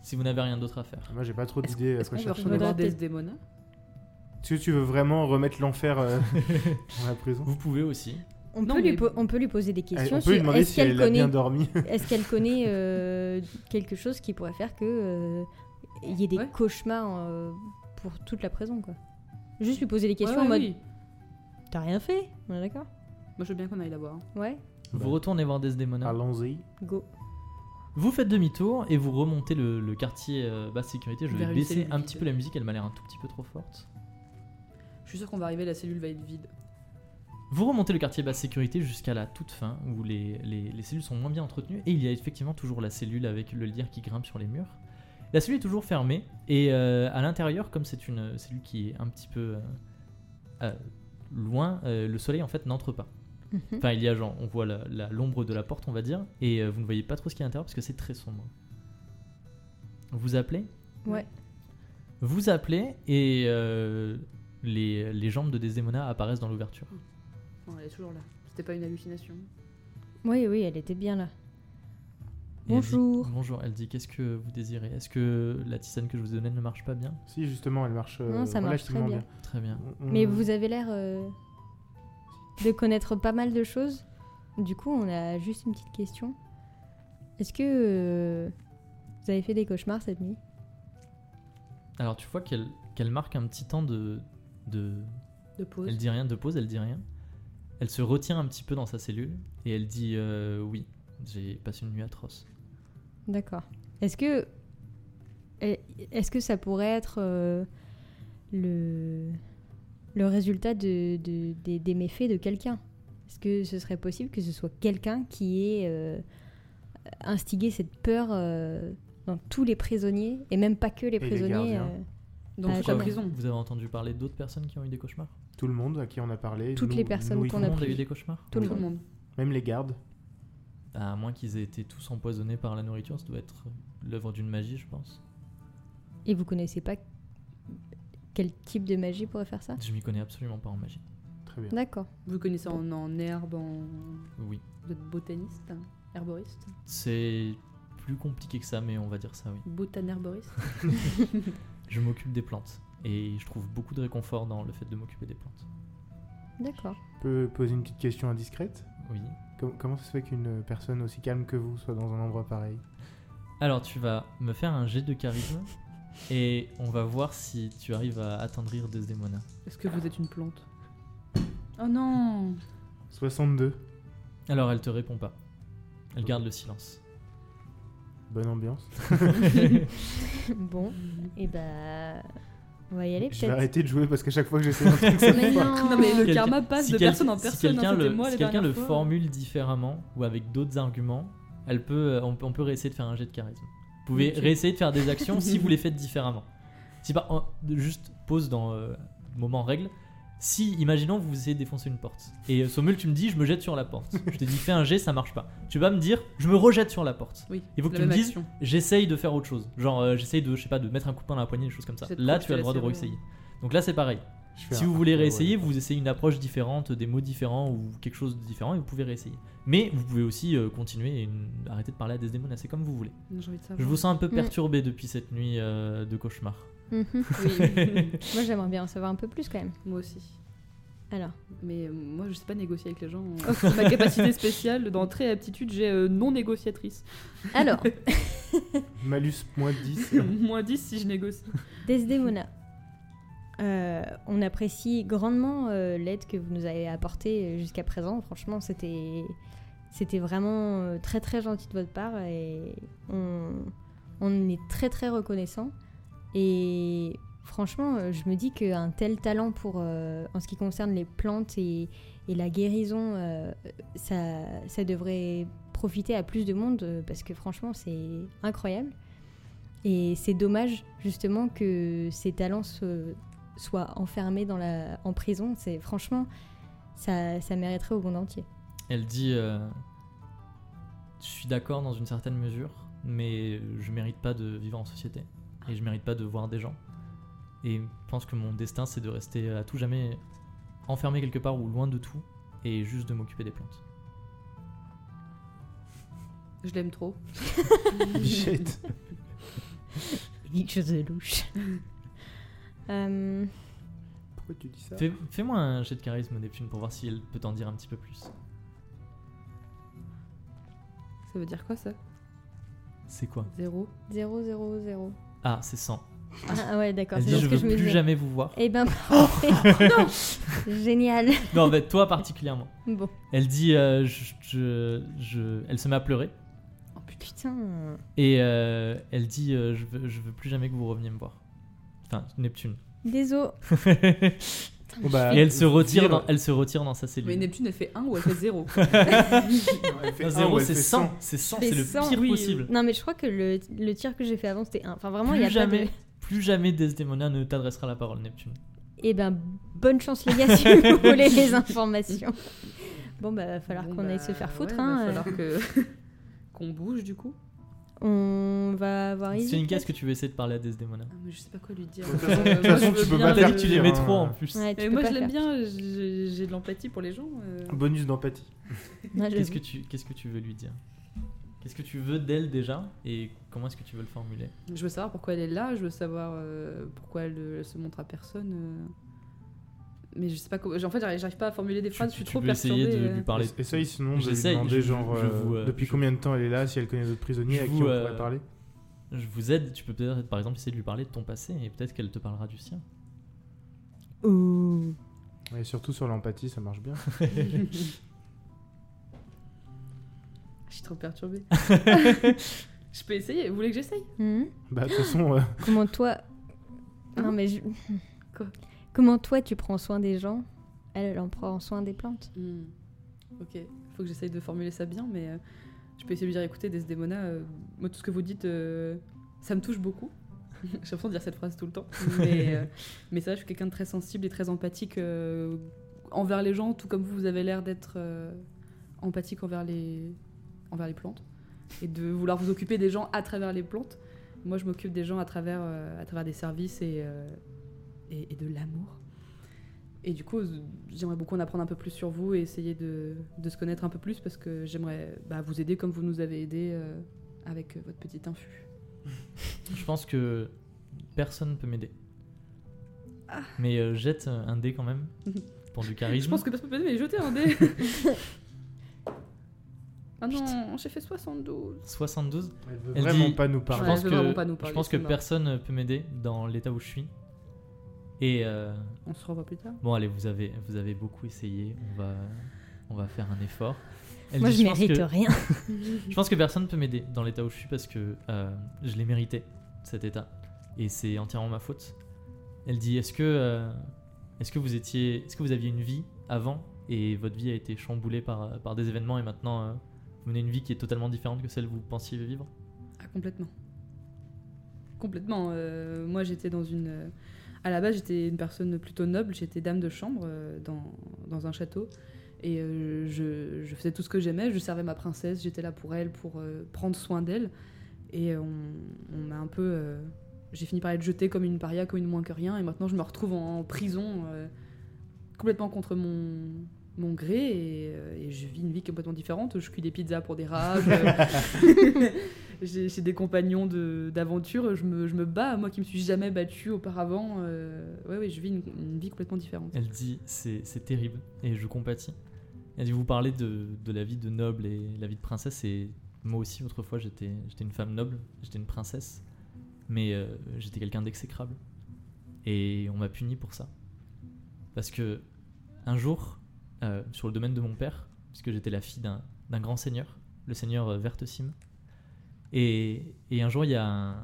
A: Si vous n'avez rien d'autre à faire.
B: Moi, j'ai pas trop
D: Est-ce-
B: d'idées à
D: Est-ce
B: quoi
D: qu'on peut
B: chercher.
C: refaire-
D: recevoir
C: Faudrait
D: des démons
B: Est-ce que tu veux vraiment remettre l'enfer euh, dans la prison
A: Vous pouvez aussi.
C: On,
D: Non,
C: peut
D: mais-
C: lui po- on peut lui poser des
B: Eh,
C: questions
B: On peut lui
C: sur
B: demander
C: est-ce
B: si
C: qu'elle
B: elle a
C: connaît,
B: bien dormi.
C: est-ce qu'elle connaît euh, quelque chose qui pourrait faire que euh, il y ait des
D: Ouais.
C: cauchemars euh, pour toute la prison quoi. Juste lui poser des questions
D: Ouais,
C: en mode
D: oui.
C: t'as rien fait, on est d'accord
D: Moi, je veux bien qu'on aille la voir. hein.
C: Ouais,
A: Vous retournez voir Desdemona.
B: Allons-y.
C: go.
A: Vous faites demi-tour et vous remontez le, le quartier euh, basse sécurité. Je vais
D: Vers une
A: baisser
D: cellule
A: un
D: vide.
A: petit peu la musique, elle m'a l'air un tout petit peu trop forte.
D: Je suis sûre qu'on va arriver, la cellule va être vide.
A: Vous remontez le quartier basse sécurité jusqu'à la toute fin où les, les- les cellules sont moins bien entretenues et il y a effectivement toujours la cellule avec le lierre qui grimpe sur les murs. La cellule est toujours fermée et euh, à l'intérieur, comme c'est une cellule qui est un petit peu euh, euh, loin, euh, le soleil en fait n'entre pas.
C: Mhm.
A: Enfin, il y a genre, on voit la- la- l'ombre de la porte, on va dire, et euh, vous ne voyez pas trop ce qu'il y a à l'intérieur parce que c'est très sombre. Vous appelez
C: Ouais.
A: Vous appelez et euh, les, les jambes de Desdemona apparaissent dans l'ouverture.
D: Non, elle est toujours là. C'était pas une hallucination.
C: Oui oui, elle était bien là.
A: Et elle dit-
C: Bonjour.
A: Bonjour, elle dit qu'est-ce que vous désirez Est-ce que la tisane que je vous ai donnée ne marche pas bien
B: Si, justement, elle marche euh,
C: Non, ça marche très
B: relativement
C: bien.
B: bien.
A: Très bien.
B: On- on-
C: Mais vous avez l'air euh, de connaître pas mal de choses. Du coup, on a juste une petite question. Est-ce que euh, vous avez fait des cauchemars cette nuit
A: Alors tu vois qu'elle qu'elle marque un petit temps de, de.
D: De pause.
A: Elle dit rien, de pause, elle dit rien. Elle se retire un petit peu dans sa cellule et elle dit euh, Oui, j'ai passé une nuit atroce.
C: D'accord. Est-ce que est-ce que ça pourrait être euh, le le résultat de, de- des, des méfaits de quelqu'un Est-ce que ce serait possible que ce soit quelqu'un qui ait euh, instigé cette peur euh, dans tous les prisonniers et même pas que les
B: les
C: prisonniers
B: gardiens.
C: euh,
D: dans
C: Ah,
D: toute
C: je
D: la
C: vois.
D: prison.
A: Vous avez entendu parler d'autres personnes qui ont eu des cauchemars
B: Tout le monde à qui on a parlé.
C: Toutes
B: nous-
C: les personnes
B: nous y
A: Tout
C: qu'on a
A: le monde
B: compris.
A: a
C: pris.
A: eu des cauchemars
C: Tout le
D: Tout le monde.
B: Même les gardes.
A: À moins qu'ils aient été tous empoisonnés par la nourriture, ça doit être l'œuvre d'une magie, je pense.
C: Et vous connaissez pas quel type de magie pourrait faire ça
A: Je m'y connais absolument pas en magie.
B: Très bien.
C: D'accord.
D: Vous connaissez en, en herbe, en...
A: Oui.
D: Vous êtes botaniste, herboriste,
A: C'est plus compliqué que ça, mais on va dire ça, oui.
D: botan-herboriste.
A: Je m'occupe des plantes. Et je trouve beaucoup de réconfort dans le fait de m'occuper des plantes.
C: D'accord.
B: Je peux poser une petite question indiscrète
A: Oui.
B: Com- Comment ça se fait qu'une personne aussi calme que vous soit dans un endroit pareil
A: Alors, tu vas me faire un jet de charisme. et on va voir si tu arrives à attendrir Desdemona.
D: Est-ce que vous êtes une plante Oh non
B: 62.
A: Alors, elle te répond pas. Elle garde le silence.
B: Bonne ambiance.
C: bon, et bah. On va y aller
B: Je vais
C: peut-être.
B: arrêter de jouer parce qu'à chaque fois que j'essaie un truc, ça
C: Mais
B: foire.
C: non,
D: Non mais le
A: Quelqu'un-
D: karma passe
A: si
D: de
A: quel-
D: personne en
A: si
D: personne,
A: quelqu'un
D: hein,
A: le,
D: c'était moi
A: si
D: la
A: quelqu'un le
D: dernière fois.
A: formule différemment ou avec d'autres arguments, elle peut, euh, on, peut- on peut réessayer de faire un jet de charisme. Vous pouvez
D: Ok.
A: réessayer de faire des actions si vous les faites différemment. Si par- en- juste pause dans euh, moment règle. Si, imaginons, vous essayez de défoncer une porte. Et euh, Sommel, tu me dis, je me jette sur la porte. Je te dis, fais un jet, ça marche pas. Tu vas me dire, je me rejette sur la porte.
D: Oui,
A: Il faut que
D: la
A: tu me
D: même
A: dises-
D: action.
A: J'essaye de faire autre chose. Genre, euh, j'essaye de, je sais pas, de mettre un coup de poing dans la poignée, des choses comme ça.
D: Cette
A: Là,
D: fois,
A: tu
D: tu
A: as le droit de
D: laisses aller.
A: réessayer. Donc là, c'est pareil.
B: Je fais
A: Si
B: un-
A: vous voulez
B: ouais,
A: réessayer,
B: ouais.
A: vous essayez une approche différente, des mots différents ou quelque chose de différent et vous pouvez réessayer. Mais vous pouvez aussi euh, continuer et n- arrêter de parler à des démons, c'est comme vous voulez.
D: J'ai envie de savoir.
A: Je vous sens un peu
C: Mm.
A: perturbé depuis cette nuit euh, de cauchemar.
C: Mhm.
D: Oui,
C: Moi j'aimerais bien en savoir un peu plus quand même.
D: moi aussi.
C: Alors,
D: Mais euh, moi, je sais pas négocier avec les gens. Ma capacité spéciale d'entrée et aptitude, j'ai euh, non négociatrice.
C: alors
B: Malus moins 10.
D: Moins 10 si je négocie.
C: Desdemona, Euh, on apprécie grandement euh, l'aide que vous nous avez apportée euh, jusqu'à présent. Franchement, c'était c'était vraiment euh, très très gentil de votre part et on, on est très très reconnaissant. Et franchement, euh, je me dis qu'un tel talent pour euh, en ce qui concerne les plantes et, et la guérison, euh, ça, ça devrait profiter à plus de monde euh, parce que franchement, c'est incroyable. Et c'est dommage justement que ces talents se- soient enfermés dans la, en prison. C'est franchement, ça, ça mériterait au monde entier.
A: Elle dit euh, Je suis d'accord dans une certaine mesure, mais je mérite pas de vivre en société et je mérite pas de voir des gens. Et je pense que mon destin, c'est de rester à tout jamais enfermé quelque part ou loin de tout et juste de m'occuper des plantes.
D: Je l'aime trop.
B: Bichette.
C: Quelque chose de louche. Euh,
B: Pourquoi tu dis ça
A: Fais- Fais-moi un jet de charisme, Neptune, pour voir si elle peut t'en dire un petit peu plus.
D: Ça veut dire quoi ça
A: C'est quoi
D: Zéro
C: 0, 0, 0.
A: Ah, c'est 100.
C: Ah, ah ouais, d'accord,
A: Elle
C: c'est
A: dit
C: ce
A: Je
C: que
A: veux
C: je me
A: plus
C: disais.
A: jamais vous voir.
C: Eh ben, parfait. Génial.
A: Non, mais toi particulièrement.
C: Bon,
A: Elle dit euh, je, je- je- Elle se met à pleurer
D: Oh putain.
C: putain.
A: et euh, elle dit euh, je, veux, je veux plus jamais que vous reveniez me voir. Enfin, Neptune.
C: Désolé.
A: et
B: Bon, bah,
A: elle se, retire
B: vire-
A: dans, elle se retire dans sa
D: Mais
A: cellule.
D: Neptune, elle fait 1 ou elle fait 0
B: Non, elle fait
A: Non,
B: un
A: zéro,
B: ou elle
A: c'est
B: fait
A: 100. C'est 100,
C: fais
A: c'est le
C: 100,
A: pire
D: oui.
A: possible.
C: Non, mais je crois que le, le tir que j'ai fait avant, c'était un. Enfin, vraiment, il n'y a
A: Plus jamais,
C: pas de.
A: plus jamais Desdemona ne t'adressera la parole, Neptune.
C: Eh ben, bonne chance, les gars, si vous voulez les informations. Bon, bah, va falloir
D: Bon,
C: qu'on aille
D: bah,
C: se faire foutre.
D: ouais,
C: hein,
D: Va
C: euh.
D: falloir que qu'on bouge du coup.
C: On va voir
A: C'est
C: Izzy,
A: une casse que
C: peut-être
A: tu veux essayer de parler à Desdemona.
C: Oh,
D: Ah, mais je sais pas quoi lui dire.
B: De toute façon-
D: Euh,
B: de toute
D: moi,
B: façon,
D: je veux
B: tu peux
D: bien
B: pas
A: T'as
D: le-
A: dit que tu l'aimais
B: hein.
A: trop en plus.
C: Ouais, tu
D: Mais
C: peux
D: moi,
C: pas
D: je l'aime
C: faire.
D: bien. J'ai j'ai de l'empathie pour les gens. euh.
B: Bonus d'empathie.
D: Ah,
C: Ouais,
A: Qu'est-ce que
C: j'avoue.
A: tu qu'est-ce que tu veux lui dire Qu'est-ce que tu veux d'elle déjà et comment est-ce que tu veux le formuler
D: Je veux savoir pourquoi elle est là. Je veux savoir euh, pourquoi elle, euh, se montre à personne. euh. Mais je sais pas comment. En fait, j'arrive j'arrive pas à formuler des
A: tu,
D: phrases. je
A: tu-
D: suis
A: tu
D: trop
A: peux
D: perturbée.
A: essayer de
D: euh.
A: lui parler.
B: Essaye sinon de lui
A: J'essaye,
B: demander
A: je-
B: genre
A: je vous,
B: euh,
A: euh,
B: depuis
A: je-
B: combien de temps elle est là, si elle connaît d'autres prisonniers,
A: je
B: à qui
A: vous,
B: on
A: euh,
B: pourrait parler.
A: Je vous aide. Tu peux peut-être par exemple essayer de lui parler de ton passé et peut-être qu'elle te parlera du sien.
C: Ouh.
B: Et surtout sur l'empathie, ça marche bien.
D: Je suis trop perturbée. je peux essayer. Vous voulez que j'essaye
C: Hmm
B: bah de toute façon, euh,
C: Comment toi. Non, mais je-
D: Hein? Quoi
C: Comment toi, tu prends soin des gens Elle, elle en prend soin des plantes.
D: Hmm. Ok, faut que j'essaye de formuler ça bien, mais euh, je peux essayer de lui dire écoutez, Desdemona, euh, moi tout ce que vous dites, euh, ça me touche beaucoup. J'ai l'impression de dire cette phrase tout le temps. Mais, euh, mais ça, je suis quelqu'un de très sensible et très empathique euh, envers les gens, tout comme vous, vous avez l'air d'être euh, empathique envers les, envers les plantes et de vouloir vous occuper des gens à travers les plantes. Moi, je m'occupe des gens à travers, euh, à travers des services et, euh, et, et de l'amour. Et du coup, j'aimerais beaucoup en apprendre un peu plus sur vous et essayer de, de se connaître un peu plus parce que j'aimerais bah, vous aider comme vous nous avez aidé euh, avec euh, votre petite infu.
A: Je pense que personne peut m'aider. Mais euh, jette un dé quand même pour du charisme.
D: Ah. Je pense que personne peut m'aider, mais jetez un dé Ah non, j'ai fait 72
A: 72.
B: Elle veut
A: Elle
B: vraiment
A: dit-
B: pas
A: Je
B: nous
D: Ouais,
B: parler.
A: pense
D: elle veut vraiment
A: que,
D: pas nous
A: je
D: parler,
A: pense que
D: c'est mort.
A: personne peut m'aider dans l'état où je suis. Et euh,
D: On se revoit plus tard.
A: bon, allez, vous avez, vous avez beaucoup essayé. On va, on va faire un effort. Elle
C: Moi,
A: dit,
C: je
A: pense
C: mérite
A: que-
C: rien.
A: Je pense que personne peut m'aider dans l'état où je suis parce que euh, je l'ai mérité, cet état. Et c'est entièrement ma faute. Elle dit Est-ce que, euh, est-ce que vous étiez, est-ce que vous aviez une vie avant et votre vie a été chamboulée par, par des événements et maintenant euh, vous menez une vie qui est totalement différente que celle que vous pensiez vivre
D: Ah, complètement. Complètement. euh, moi, j'étais dans une. euh, à la base, j'étais une personne plutôt noble. J'étais dame de chambre euh, dans, dans un château. Et euh, je, je faisais tout ce que j'aimais. Je servais ma princesse. J'étais là pour elle, pour euh, prendre soin d'elle. Et on, on m'a un peu. euh, j'ai fini par être jetée comme une paria, comme une moins que rien. Et maintenant, je me retrouve en, en prison, euh, complètement contre mon, mon gré. Et, euh, et je vis une vie complètement différente. Je cuis des pizzas pour des rages. euh, j'ai j'ai des compagnons de- d'aventure, je me, je me bats, moi qui me suis jamais battue auparavant. euh, ouais, ouais, je vis une, une vie complètement différente.
A: Elle dit c'est, c'est terrible et je compatis. Elle dit Vous parlez de, de la vie de noble et la vie de princesse, et moi aussi, autrefois, j'étais, j'étais une femme noble, j'étais une princesse, mais euh, j'étais quelqu'un d'exécrable. Et on m'a puni pour ça. Parce que un jour, euh, sur le domaine de mon père, puisque j'étais la fille d'un, d'un grand seigneur, le seigneur euh, Vertesim, et, et un jour, il y a un,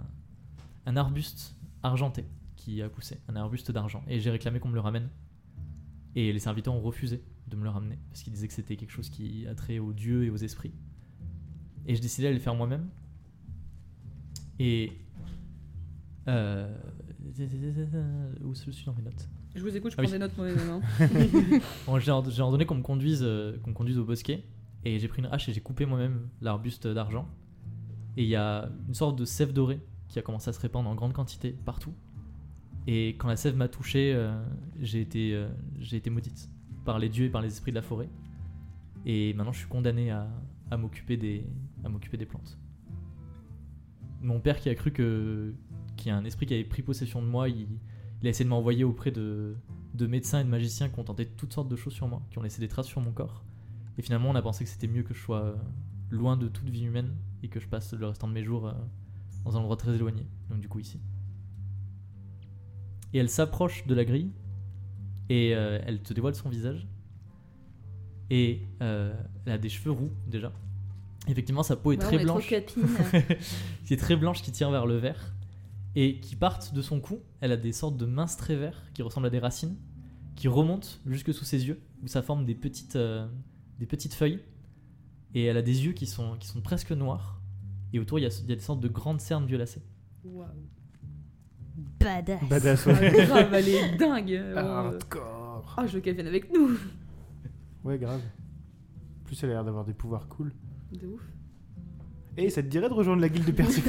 A: un arbuste argenté qui a poussé, un arbuste d'argent, et j'ai réclamé qu'on me le ramène. Et les serviteurs ont refusé de me le ramener parce qu'ils disaient que c'était quelque chose qui a trait aux dieux et aux esprits. Et je décidais à le faire moi-même. Et. Euh... Où je suis dans mes notes
D: Je vous écoute, je
A: Ah
D: prends
A: oui.
D: des notes moi-même. hein.
A: Bon, j'ai ord- j'ai ordonné qu'on me conduise, euh, qu'on me conduise au bosquet, et j'ai pris une hache et j'ai coupé moi-même l'arbuste d'argent. Et il y a une sorte de sève dorée qui a commencé à se répandre en grande quantité partout. Et quand la sève m'a touché, euh, j'ai été, euh, j'ai été maudite par les dieux et par les esprits de la forêt. Et maintenant, je suis condamné à, à m'occuper des, à m'occuper des plantes. Mon père qui a cru que qu'il y a un esprit qui avait pris possession de moi, il- il a essayé de m'envoyer auprès de, de médecins et de magiciens qui ont tenté toutes sortes de choses sur moi, qui ont laissé des traces sur mon corps. Et finalement, on a pensé que c'était mieux que je sois euh, loin de toute vie humaine et que je passe le restant de mes jours euh, dans un endroit très éloigné, donc du coup ici. Et elle s'approche de la grille et euh, elle te dévoile son visage. Et euh, elle a des cheveux roux déjà. Effectivement, sa peau est
C: Ouais,
A: très
C: on est
A: blanche
C: trop copines.
A: qui est très blanche qui tire vers le vert et qui partent de son cou. Elle a des sortes de minces traits verts qui ressemblent à des racines qui remontent jusque sous ses yeux où ça forme des petites, euh, des petites feuilles. Et elle a des yeux qui sont, qui sont presque noirs et autour il y, a, il y a des sortes de grandes cernes violacées.
D: Waouh.
C: Badass.
B: Badass.
D: Ah,
B: ouais.
D: grave, elle est dingue. Oh,
A: Ah.
B: Hardcore.
D: oh, je veux qu'elle vienne avec nous.
B: Ouais, grave. En Plus elle a l'air d'avoir des pouvoirs cool.
D: De ouf.
B: Et ça te dirait de rejoindre la guilde de Percy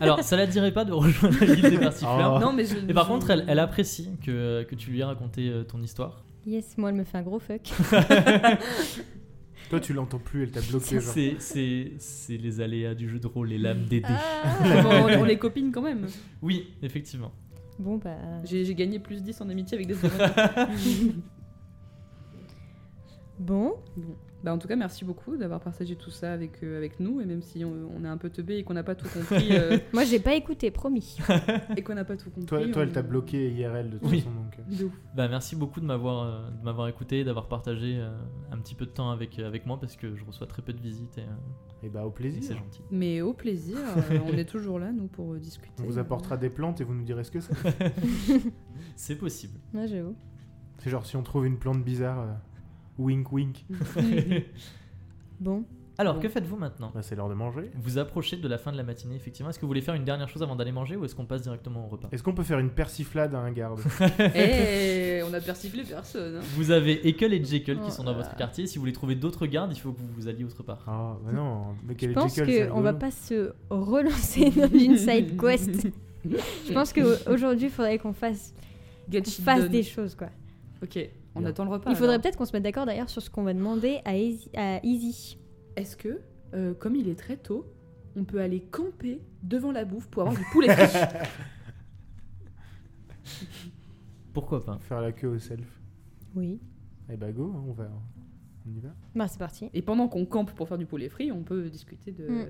A: Alors ça la dirait pas de rejoindre la guilde des persifleurs.
B: Oh.
D: Non, mais je.
A: Et Ah. par
D: je-
A: contre, elle, elle apprécie que, que tu lui aies raconté euh, ton histoire.
C: Yes, moi, elle me fait un gros fuck.
B: Toi, tu l'entends plus, elle t'a bloqué. Genre.
A: C'est c'est- c'est les aléas du jeu de rôle, les lames des dés.
D: Ah, bon, on, on est copines quand même.
A: Oui, effectivement.
C: Bon, bah.
D: J'ai j'ai gagné plus 10 en amitié avec des oreilles.
C: Bon,
D: Bah, en tout cas, merci beaucoup d'avoir partagé tout ça avec, euh, avec nous. Et même si on, on est un peu teubé et qu'on n'a pas tout compris, euh,
C: moi, j'ai pas écouté, promis.
D: et qu'on n'a pas tout compris.
B: Toi, toi, elle
D: on-
B: t'a bloqué IRL de toute
A: Oui.
B: façon. Donc... euh.
D: De ouf.
A: Bah, merci beaucoup de m'avoir euh, de m'avoir écouté, d'avoir partagé euh, un petit peu de temps avec, euh, avec moi parce que je reçois très peu de visites et, euh,
B: Et bah, au
A: et c'est
B: plaisir.
A: gentil.
D: Mais au plaisir, euh, on est toujours là, nous, pour euh, discuter.
B: On vous apportera des plantes et vous nous direz ce que c'est.
A: C'est possible.
C: Moi, j'avoue.
B: C'est genre si on trouve une plante bizarre, euh, wink wink.
A: Bah,
C: Bon,
A: Alors,
D: Bon.
A: que faites-vous maintenant
B: Bah, c'est l'heure de manger.
A: Vous approchez de la fin de la matinée, effectivement. Est-ce que vous voulez faire une dernière chose avant d'aller manger ou est-ce qu'on passe directement au repas
B: Est-ce qu'on peut faire une persiflade à un garde
D: Eh, on a persiflé personne. hein.
A: Vous avez Ekel et Jekyll qui sont dans
D: Oh là
A: votre
D: là.
A: quartier. Si vous voulez trouver d'autres gardes, il faut que vous vous alliez autre part.
B: Ah, bah non, mais quel
C: Je
B: est
C: pense
B: Jekyll, c'est
C: qu'on va
B: rigolo.
C: pas se relancer dans une side quest. Je pense qu'aujourd'hui, il faudrait qu'on fasse,
D: Get
C: qu'on
D: shit
C: fasse
D: done.
C: des choses, quoi.
D: Ok, on
B: Bien.
D: attend le repas.
C: Il faudrait
D: alors.
C: peut-être qu'on se mette d'accord d'ailleurs sur ce qu'on va demander à Easy. à Easy.
D: Est-ce que, euh, comme il est très tôt, on peut aller camper devant la bouffe pour avoir du poulet frit
A: Pourquoi pas
B: Faire la queue au self.
C: Oui.
B: Eh bah go, hein, on va. On y va.
C: Bah, c'est parti.
D: Et pendant qu'on campe pour faire du poulet frit, on peut discuter de,
C: Mm.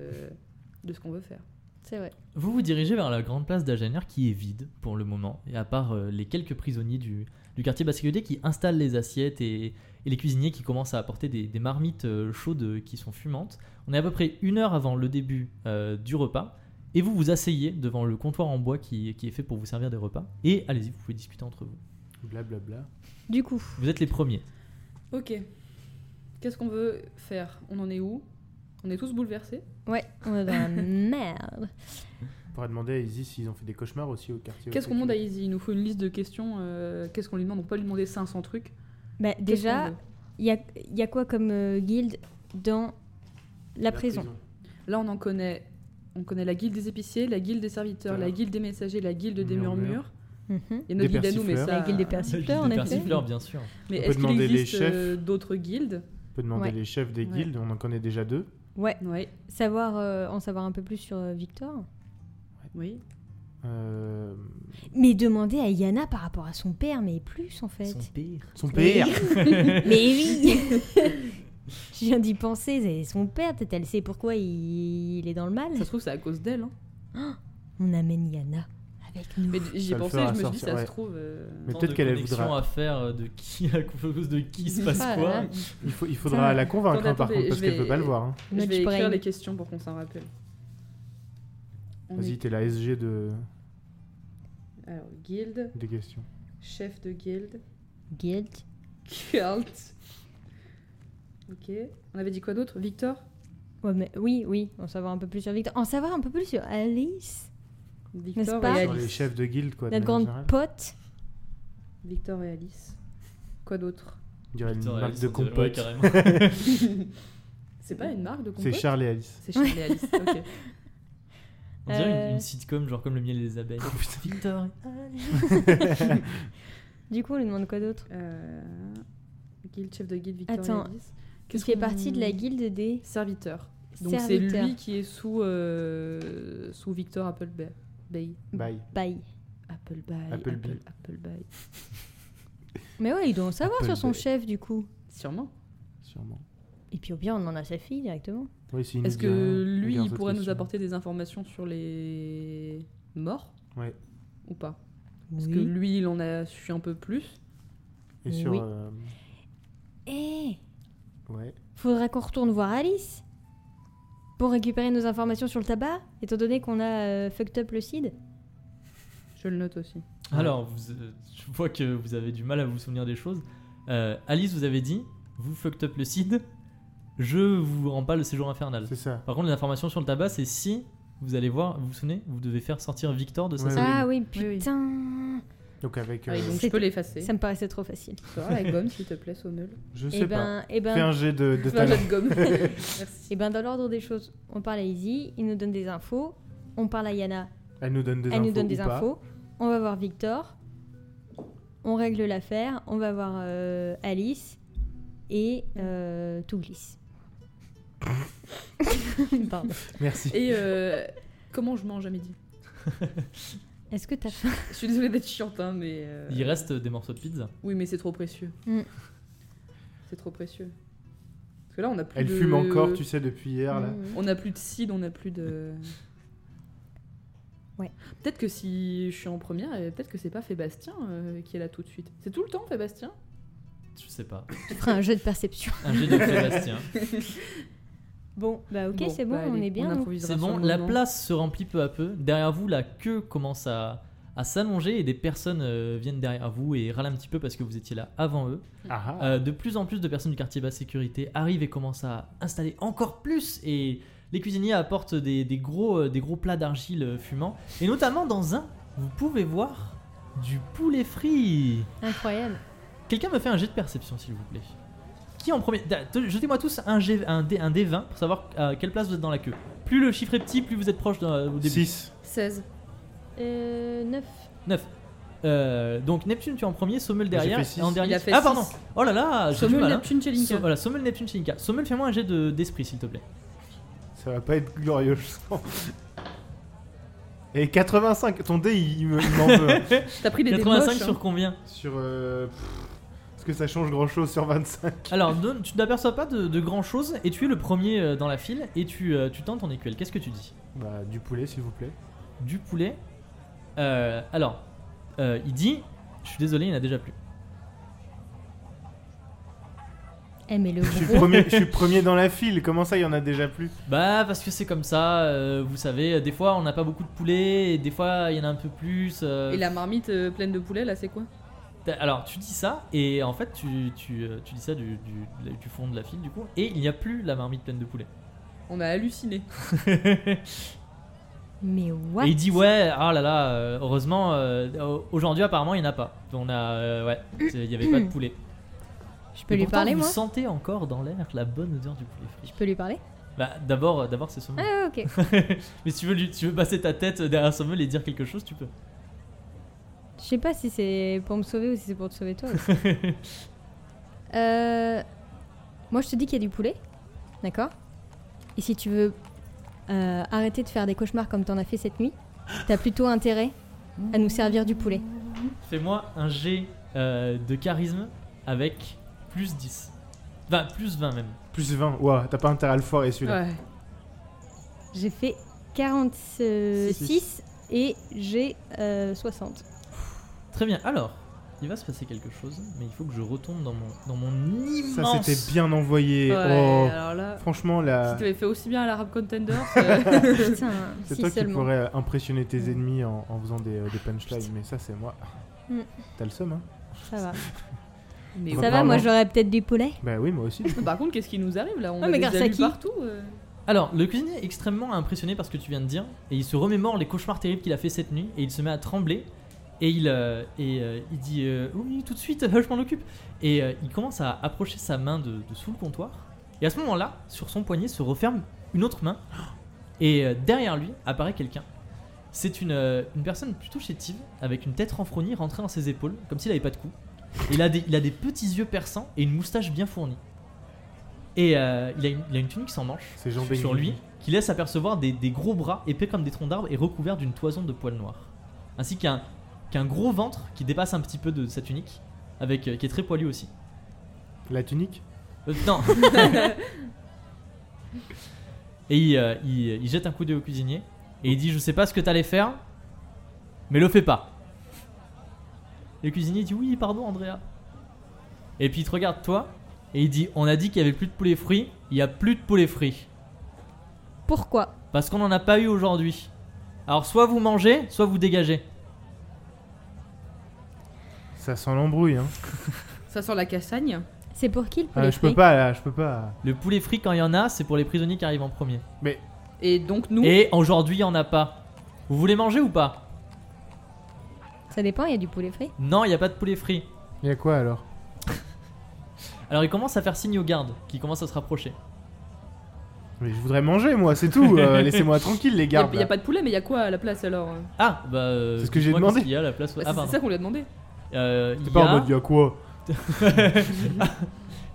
D: de ce qu'on veut faire.
C: C'est vrai.
A: Vous vous dirigez vers la grande place d'Agener qui est vide pour le moment, et à part euh, les quelques prisonniers du, du quartier basse sécurité qui installent les assiettes et, et les cuisiniers qui commencent à apporter des, des marmites euh, chaudes euh, qui sont fumantes. On est à peu près une heure avant le début euh, du repas, et vous vous asseyez devant le comptoir en bois qui, qui est fait pour vous servir des repas, et allez-y, vous pouvez discuter entre vous.
B: Blablabla.
C: Du coup,
A: Vous êtes les premiers.
D: Ok. Qu'est-ce qu'on veut faire On en est où On est tous bouleversés
C: ouais, on est dans la merde.
B: On pourrait demander à Izzy s'ils ont fait des cauchemars aussi au quartier.
D: Qu'est-ce qu'on demande à
B: sécurité.
D: Izzy Il nous faut une liste de questions. euh, Qu'est-ce qu'on lui demande On peut pas lui demander 500 trucs.
C: Bah,
D: Qu'est-ce qu'on
C: déjà,
D: veut
C: il y a, y a quoi comme euh, guilde dans la, prison,
D: Là, on en connaît. On connaît la guilde des épiciers, la guilde des serviteurs, la guilde des messagers, la guilde des
B: Murmures.
D: murmures.
C: Mhm.
D: Il y a notre
B: Des
D: guilde à nous, mais
B: persifleurs.
D: ça.
C: La guilde des persifleurs, en
A: Des
C: effet.
A: persifleurs, bien sûr.
D: Mais
B: On peut
D: est-ce qu'il
B: demander les
D: existe euh,
B: chefs.
D: d'autres guildes
B: On peut demander
C: Ouais.
B: les chefs des
D: Ouais.
B: guildes, on en connaît déjà deux.
C: Ouais,
D: Ouais.
C: savoir, euh, en savoir un peu plus sur euh, Victor.
D: Oui.
B: Euh,
C: Mais demander à Yana par rapport à son père, mais plus en fait.
A: Son pire.
B: Son père
C: Mais oui Je viens d'y penser, c'est son père, peut-être elle sait pourquoi il, il est dans le mal.
D: Ça se trouve, c'est à cause d'elle. hein.
C: On amène Yana avec nous.
D: Mais j'y
B: Ça
D: ai
B: le
D: pensé,
B: fera
D: je me suis
B: sortir,
D: dit, ça
B: ouais.
D: se trouve. euh,
B: Mais
A: Tant
B: peut-être
A: de
B: qu'elle
A: connexions
B: voudra.
A: à faire euh, de qui, à cause de qui il se passe
D: Ah là
A: quoi.
D: là.
B: Il, faut- il faudra
C: Ça-
B: la convaincre
D: Attendez,
B: hein, par
D: attendez,
B: contre,
D: je
B: parce qu'elle
D: vais-
B: peut pas le voir. hein.
D: Je
C: Note,
D: vais
C: tu pourrais-
D: écrire les questions pour qu'on s'en rappelle. On
B: Vas-y,
D: est-
B: t'es la SG de...
D: Alors, guilde,
B: des questions.
D: chef de guilde,
C: Guild.
D: cult. Ok. On avait dit quoi d'autre Victor
C: Ouais, mais oui, oui, en savoir un peu plus sur Victor. En savoir un peu plus sur Alice,
D: Victor
C: pas
D: et
B: Sur les
D: Ah, Alice.
B: chefs de guildes, quoi. de manière
C: notre grande
B: générale.
C: pote.
D: Victor et Alice. Quoi d'autre
B: On dirait une
A: Victor et
B: marque
A: Alice,
B: de
A: on dirait- ouais,
B: compote.
A: carrément.
D: C'est pas une marque de compote
B: C'est Charles et Alice.
D: C'est Charles et Alice. Ok.
A: On dirait une-
C: Euh.
A: une, sitcom, genre comme le miel et les abeilles. Victor.
C: Du coup, on lui demande quoi d'autre
D: Euh, Guilde, chef de guilde, Victor
C: Attends,
D: et Alice.
C: Il
D: Qu'est-ce
C: fait
D: qu'on-
C: partie de la guilde des
D: Serviteur. Donc c'est
C: serviteurs.
D: lui qui est sous, euh, sous Victor Appleby. Bay.
B: Bye.
C: Bye.
D: Appleby.
B: Appleby.
D: Apple- Appleby.
C: Mais ouais, il doit en savoir sur son
B: Appleby.
C: chef, du coup.
D: Sûrement.
B: Sûrement.
C: Et puis au pire, on demande à sa fille directement.
B: Oui, s'il nous
D: Est-ce
B: dit
D: que
B: rien,
D: lui,
B: regarde
D: il
B: cette
D: pourrait nous
B: question.
D: apporter des informations sur les morts
B: Ouais.
D: Ou pas
C: Parce
D: Parce que lui, il en a su un peu plus. Mm,
B: Et sur...
C: Oui.
B: euh,
C: Eh,
B: Ouais.
C: Faudra qu'on retourne voir Alice pour récupérer nos informations sur le tabac, étant donné qu'on a euh, fucked up le CID.
D: Je le note aussi.
A: Alors, vous, euh, je vois que vous avez du mal à vous souvenir des choses. Euh, Alice vous avait dit, vous fucked up le CID, je vous rends pas le séjour infernal.
B: C'est ça.
A: Par contre, l'information sur le tabac, c'est si vous allez voir, vous vous souvenez, vous devez faire sortir Victor de sa
B: Ouais,
A: salle.
C: Ah oui,
D: Oui, oui.
C: putain
B: Donc avec...
D: Ah oui,
B: euh,
D: donc je
C: c'est-
D: peux l'effacer.
C: Ça me paraissait trop facile.
D: Ça va, la gomme, s'il te plaît, Sommel.
B: Je
C: Et
B: sais pas.
C: ben,
B: Fais
C: et ben,
B: un jet de de
D: Enfin,
B: talent.
D: j'ai de gomme. Merci.
C: et ben, dans l'ordre des choses, on parle à Izzy, il nous donne des infos, on parle à Yana,
B: Elle nous donne des
C: elle
B: infos
C: nous donne des
B: ou pas.
C: infos, on va voir Victor, on règle l'affaire, on va voir euh, Alice et euh, tout glisse. Pardon.
B: Merci.
D: Et euh, comment je mange à midi
C: Est-ce que t'as faim
D: Je suis désolée d'être chiante, hein, mais. euh,
A: Il reste des morceaux de pizza.
D: Oui, mais c'est trop précieux.
C: Mm.
D: C'est trop précieux. Parce que là, on a plus
B: Elle
D: de.
B: fume encore, tu sais, depuis hier, là.
C: Mmh.
D: On a plus de seed, on a plus de.
C: Ouais.
D: Peut-être que si je suis en première, euh, peut-être que c'est pas Fébastien euh, qui est là tout de suite. C'est tout le temps Fébastien
A: Je sais pas.
C: Tu feras un jeu de perception.
A: Un jet de Sébastien.
C: Bon, bah ok,
D: Bon,
C: c'est bon,
D: bah,
C: on
D: allez,
C: est bien. donc.
D: improvisera
A: C'est
D: sur
A: bon,
D: le
A: la
D: moment.
A: place se remplit peu à peu. Derrière vous, la queue commence à, à s'allonger et des personnes euh, viennent derrière vous et râlent un petit peu parce que vous étiez là avant eux.
B: Ah, ah.
A: Euh, de plus en plus de personnes du quartier basse sécurité arrivent et commencent à installer encore plus et les cuisiniers apportent des, des gros, euh, des gros plats d'argile euh, fumants et notamment dans un vous pouvez voir du poulet frit.
C: Incroyable.
A: Quelqu'un me fait un jet de perception s'il vous plaît. Qui en premier Da- te- Jetez-moi tous un, jet, un, dé, un dé 20 pour savoir à quelle place vous êtes dans la queue. Plus le chiffre est petit, plus vous êtes proche d'un- au début.
B: 6.
D: 16.
C: Euh, 9.
A: 9. Euh, donc Neptune tu es en premier, Sommel derrière
B: fait six.
A: et en dernier.
D: Il a fait
A: ah
D: six.
A: pardon. Oh là là, j'ai du
D: Sommel
A: mal, hein.
D: Neptune Chelinka.
A: So- voilà, Sommel, Neptune, Shinka. Sommel, fais-moi un jet de- d'esprit, s'il te plaît.
B: Ça va pas être glorieux, je sens. Et 85, ton dé il, il me- il m'en veut. hein.
D: T'as pris les dés
A: 85
D: moches, hein.
A: sur combien
B: Sur. euh, pff, Est-ce que ça change grand chose sur 25
A: Alors, non, tu n'aperçois pas de, grand chose et tu es le premier euh, dans la file et tu, euh, tu tentes ton écuelle. Qu'est-ce que tu dis
B: Bah, du poulet, s'il vous plaît.
A: Du poulet. Euh, alors, euh, il dit Je suis désolé, il n'y en a déjà plus.
C: Eh, mais le
B: Je suis,
C: gros.
B: premier, je suis premier dans la file, comment ça, il y en a déjà plus
A: Bah, parce que c'est comme ça, euh, vous savez, des fois on n'a pas beaucoup de poulet, et des fois il y en a un peu plus. euh,
D: Et la marmite euh, pleine de poulet, là, c'est quoi
A: T'as- Alors, tu dis ça, et en fait, tu, tu, euh, tu dis ça du, du- du fond de la file, du coup, et il n'y a plus la marmite pleine de poulet.
D: On a halluciné.
C: Mais what
A: Et il dit ouais, ah là là, euh, heureusement, euh, euh, aujourd'hui apparemment il n'y en a pas. On a, euh, ouais, c'est- il n'y avait pas de poulet.
C: Je Mm. peux
A: Et
C: lui
A: pourtant,
C: parler,
A: vous
C: moi
A: sentez encore dans l'air la bonne odeur du poulet frit.
C: Je peux lui parler
A: Bah d'abord, euh, d'abord c'est Sommel.
C: Ah, ok.
A: Mais si tu veux, lui- tu veux passer ta tête euh, derrière Sommel et dire quelque chose, tu peux.
C: Je sais pas si c'est pour me sauver ou si c'est pour te sauver toi. aussi. Euh, moi, je te dis qu'il y a du poulet, d'accord Et si tu veux euh, arrêter de faire des cauchemars comme t'en as fait cette nuit, t'as plutôt intérêt à nous servir du poulet.
A: Fais-moi un jet euh, de charisme avec plus 10. Enfin, plus 20 même.
B: Plus 20, ouah, t'as pas intérêt à le foirer celui-là.
D: Ouais.
C: J'ai fait 46 et j'ai euh, 60.
A: Très bien, alors, il va se passer quelque chose, mais il faut que je retourne dans mon, dans mon
B: ça,
A: immense...
B: c'était bien envoyé.
D: Ouais,
B: Oh, Ah.
D: alors là,
B: franchement,
D: si
B: là,
D: tu avais fait aussi bien à l'Arab Contender, euh,
C: Putain,
B: c'est
C: si
B: toi qui
C: seulement.
B: pourrais euh, impressionner tes ennemis en, en faisant des, euh, des punchlines, mais ça, c'est moi.
C: Mm.
B: T'as le seum, hein
C: Ça va.
D: mais
B: Ça
C: Ça va,
B: Vraiment.
C: moi j'aurais peut-être du poulet.
B: Bah oui, moi aussi. du coup.
D: Par contre, qu'est-ce qui nous arrive là On
C: Ah,
D: a
C: mais
D: des
C: grâce à
D: alus
C: qui
D: partout. euh.
A: Alors, le cuisinier est extrêmement impressionné par ce que tu viens de dire, et il se remémore les cauchemars terribles qu'il a fait cette nuit, et il se met à trembler, et il, euh, et, euh, il dit euh, Oui, tout de suite, euh, je m'en occupe Et euh, il commence à approcher sa main de, de sous le comptoir, et à ce moment-là, sur son poignet se referme une autre main, et euh, derrière lui apparaît quelqu'un. C'est une, euh, une personne plutôt chétive, avec une tête renfrognée rentrée dans ses épaules, comme s'il n'avait pas de cou. Il a, des, il a des petits yeux perçants et une moustache bien fournie. Et euh, il, a une, il a une tunique sans manches
B: C'est Jean
A: sur
B: Benguigui.
A: lui qui laisse apercevoir des, des gros bras épais comme des troncs d'arbres et recouverts d'une toison de poils noirs, ainsi qu'un qu'un gros ventre qui dépasse un petit peu de sa tunique, avec euh, qui est très poilu aussi.
B: La tunique
A: Euh, non. et il, euh, il- il jette un coup d'œil au cuisinier et il dit je sais pas ce que t'allais faire, mais le fais pas. Le cuisinier dit oui pardon Andrea. Et puis il te regarde toi et il dit on a dit qu'il y avait plus de poulet frit, il y a plus de poulet frit.
C: Pourquoi
A: Parce qu'on n'en a pas eu aujourd'hui. Alors soit vous mangez, soit vous dégagez.
B: Ça sent l'embrouille, hein.
D: Ça sent la cassagne.
C: C'est pour qui le
B: Ah,
C: poulet
B: je peux
C: frit
B: pas, là, je peux pas.
A: Le poulet frit quand il y en a, c'est pour les prisonniers qui arrivent en premier.
B: Mais
D: Et donc, nous,
A: Et aujourd'hui, il n'y en a pas. Vous voulez manger ou pas
C: Ça dépend, il y a du poulet frit.
A: Non, il n'y a pas de poulet frit.
B: y a quoi alors
A: Alors il commence à faire signe aux gardes, qui commencent à se rapprocher.
B: Mais je voudrais manger, moi, c'est tout. euh, Laissez-moi tranquille, les
D: il n'y a,
B: gardes.
D: y a pas de poulet, mais il y a quoi à la place alors euh
A: Ah, bah... euh,
B: C'est ce que j'ai
A: dites-moi
B: demandé.
A: qu'est-ce qu'il y a à la place... Ah,
D: Bah, C'est c'est
A: pardon.
D: ça qu'on lui a demandé.
A: Euh, il
B: T'es
A: y
B: pas
A: a-
B: en mode, y a quoi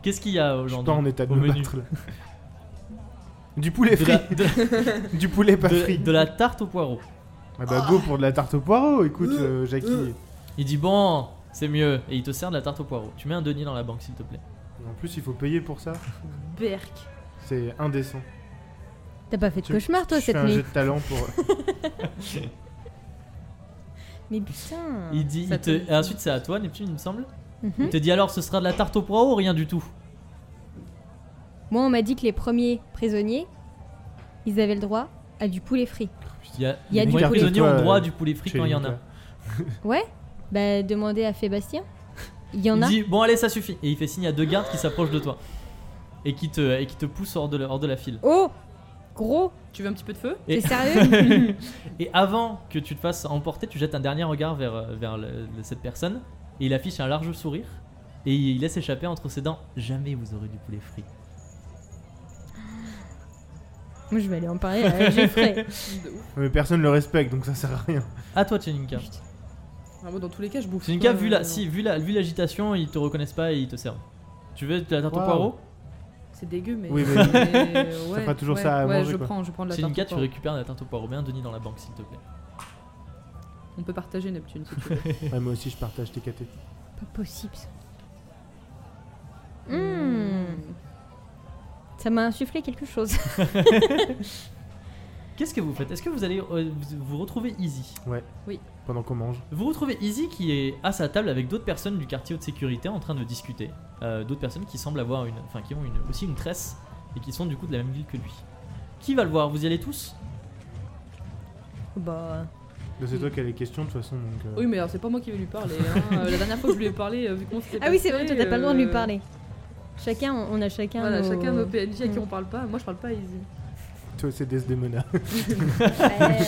A: Qu'est-ce qu'il y a
B: Je suis
A: aujourd'hui
B: pas en état de
A: au
B: me
A: menu
B: battre, là. Du poulet
A: De
B: frit,
A: la- de la-
B: du poulet pas
A: de-
B: frit.
A: de la tarte au poireau.
B: Ah bah go pour de la tarte au poireau, écoute, euh, Jackie.
A: Il dit bon, c'est mieux. Et il te sert de la tarte au poireau. Tu mets un denier dans la banque, s'il te plaît.
B: En plus, il faut payer pour ça.
D: Berk.
B: C'est indécent.
C: T'as pas fait de cauchemar toi
B: je fais
C: cette
B: un
C: nuit
B: jeu de talent pour.
C: Mais putain
A: Il dit,
D: Ça
A: il te-
D: te-
A: et ensuite c'est à toi, Neptune, il me semble.
C: Mhm.
A: Il te dit alors ce sera de la tarte au poireau ou rien du tout
C: Moi, on m'a dit que les premiers prisonniers, ils avaient le droit à du poulet frit.
A: Il y a,
C: Il y a
A: les
C: du
A: prisonniers
B: poulet.
A: ont droit à du poulet frit quand il y en a.
B: Chelinka.
C: Ouais Bah, demandez à Fébastien. Il y en
A: il
C: a.
A: dit bon allez ça suffit et il fait signe à deux gardes qui s'approchent de toi et qui te et qui te poussent hors de la, hors de la file.
C: Oh Gros
D: Tu veux un petit peu de feu
A: Et-
C: T'es sérieux
A: et avant que tu te fasses emporter, tu jettes un dernier regard vers euh, vers le- le- cette personne et il affiche un large sourire et il laisse échapper entre ses dents jamais vous aurez du poulet frit.
C: Moi, je vais aller en parler à Geoffrey.
D: De ouf.
B: Mais personne le respecte, donc ça sert à rien.
A: À toi Tchelinka.
D: Ah, moi, dans tous les cas, je bouffe.
A: Tchelinka
D: pas,
A: vu
D: euh,
A: la si vu la vu l'agitation, ils te reconnaissent pas et ils te servent. Tu veux de la tarte au
B: Waouh.
A: poireau
D: C'est dégueu, mais.
B: Oui, mais-
D: mais, ouais,
B: fera toujours
D: ouais,
B: ça à
D: ouais,
B: manger,
D: je
B: quoi.
D: prends, je prends de la tarte.
A: Tchelinka,
D: au
A: tu
D: porc.
A: récupères de la tarte au poireau, mets un denis dans la banque s'il te plaît.
D: On peut partager Neptune si tu veux.
B: Ouais, moi aussi, je partage tes KT.
C: Pas possible, ça.
D: Hmm.
C: Hmm. Ça m'a insufflé quelque chose.
A: Qu'est-ce que vous faites Est-ce que vous allez euh, vous- vous retrouver Easy
B: Pendant qu'on mange.
A: Vous retrouvez Izzy qui est à sa table avec d'autres personnes du quartier de sécurité en train de discuter. Euh, d'autres personnes qui semblent avoir une, enfin qui ont une, aussi une tresse et qui sont du coup de la même ville que lui. Qui va le voir Vous y allez tous
C: bah.
B: Là, C'est toi qui as les questions, de toute façon. Donc, euh,
D: Oui, mais alors c'est pas moi qui vais lui parler. hein. Euh, la dernière fois que je lui ai parlé, euh, vu qu'on s'était
C: Ah oui, c'est vrai,
D: passé,
C: toi, t'as pas le droit de lui
D: euh,
C: parler. Chacun, on a chacun.
D: Voilà,
C: nos...
D: chacun nos PNJ à qui
C: Mm.
D: on parle pas. Moi, je parle pas à Izzy.
B: Toi, c'est Desdemona.
C: Ouais, ouais.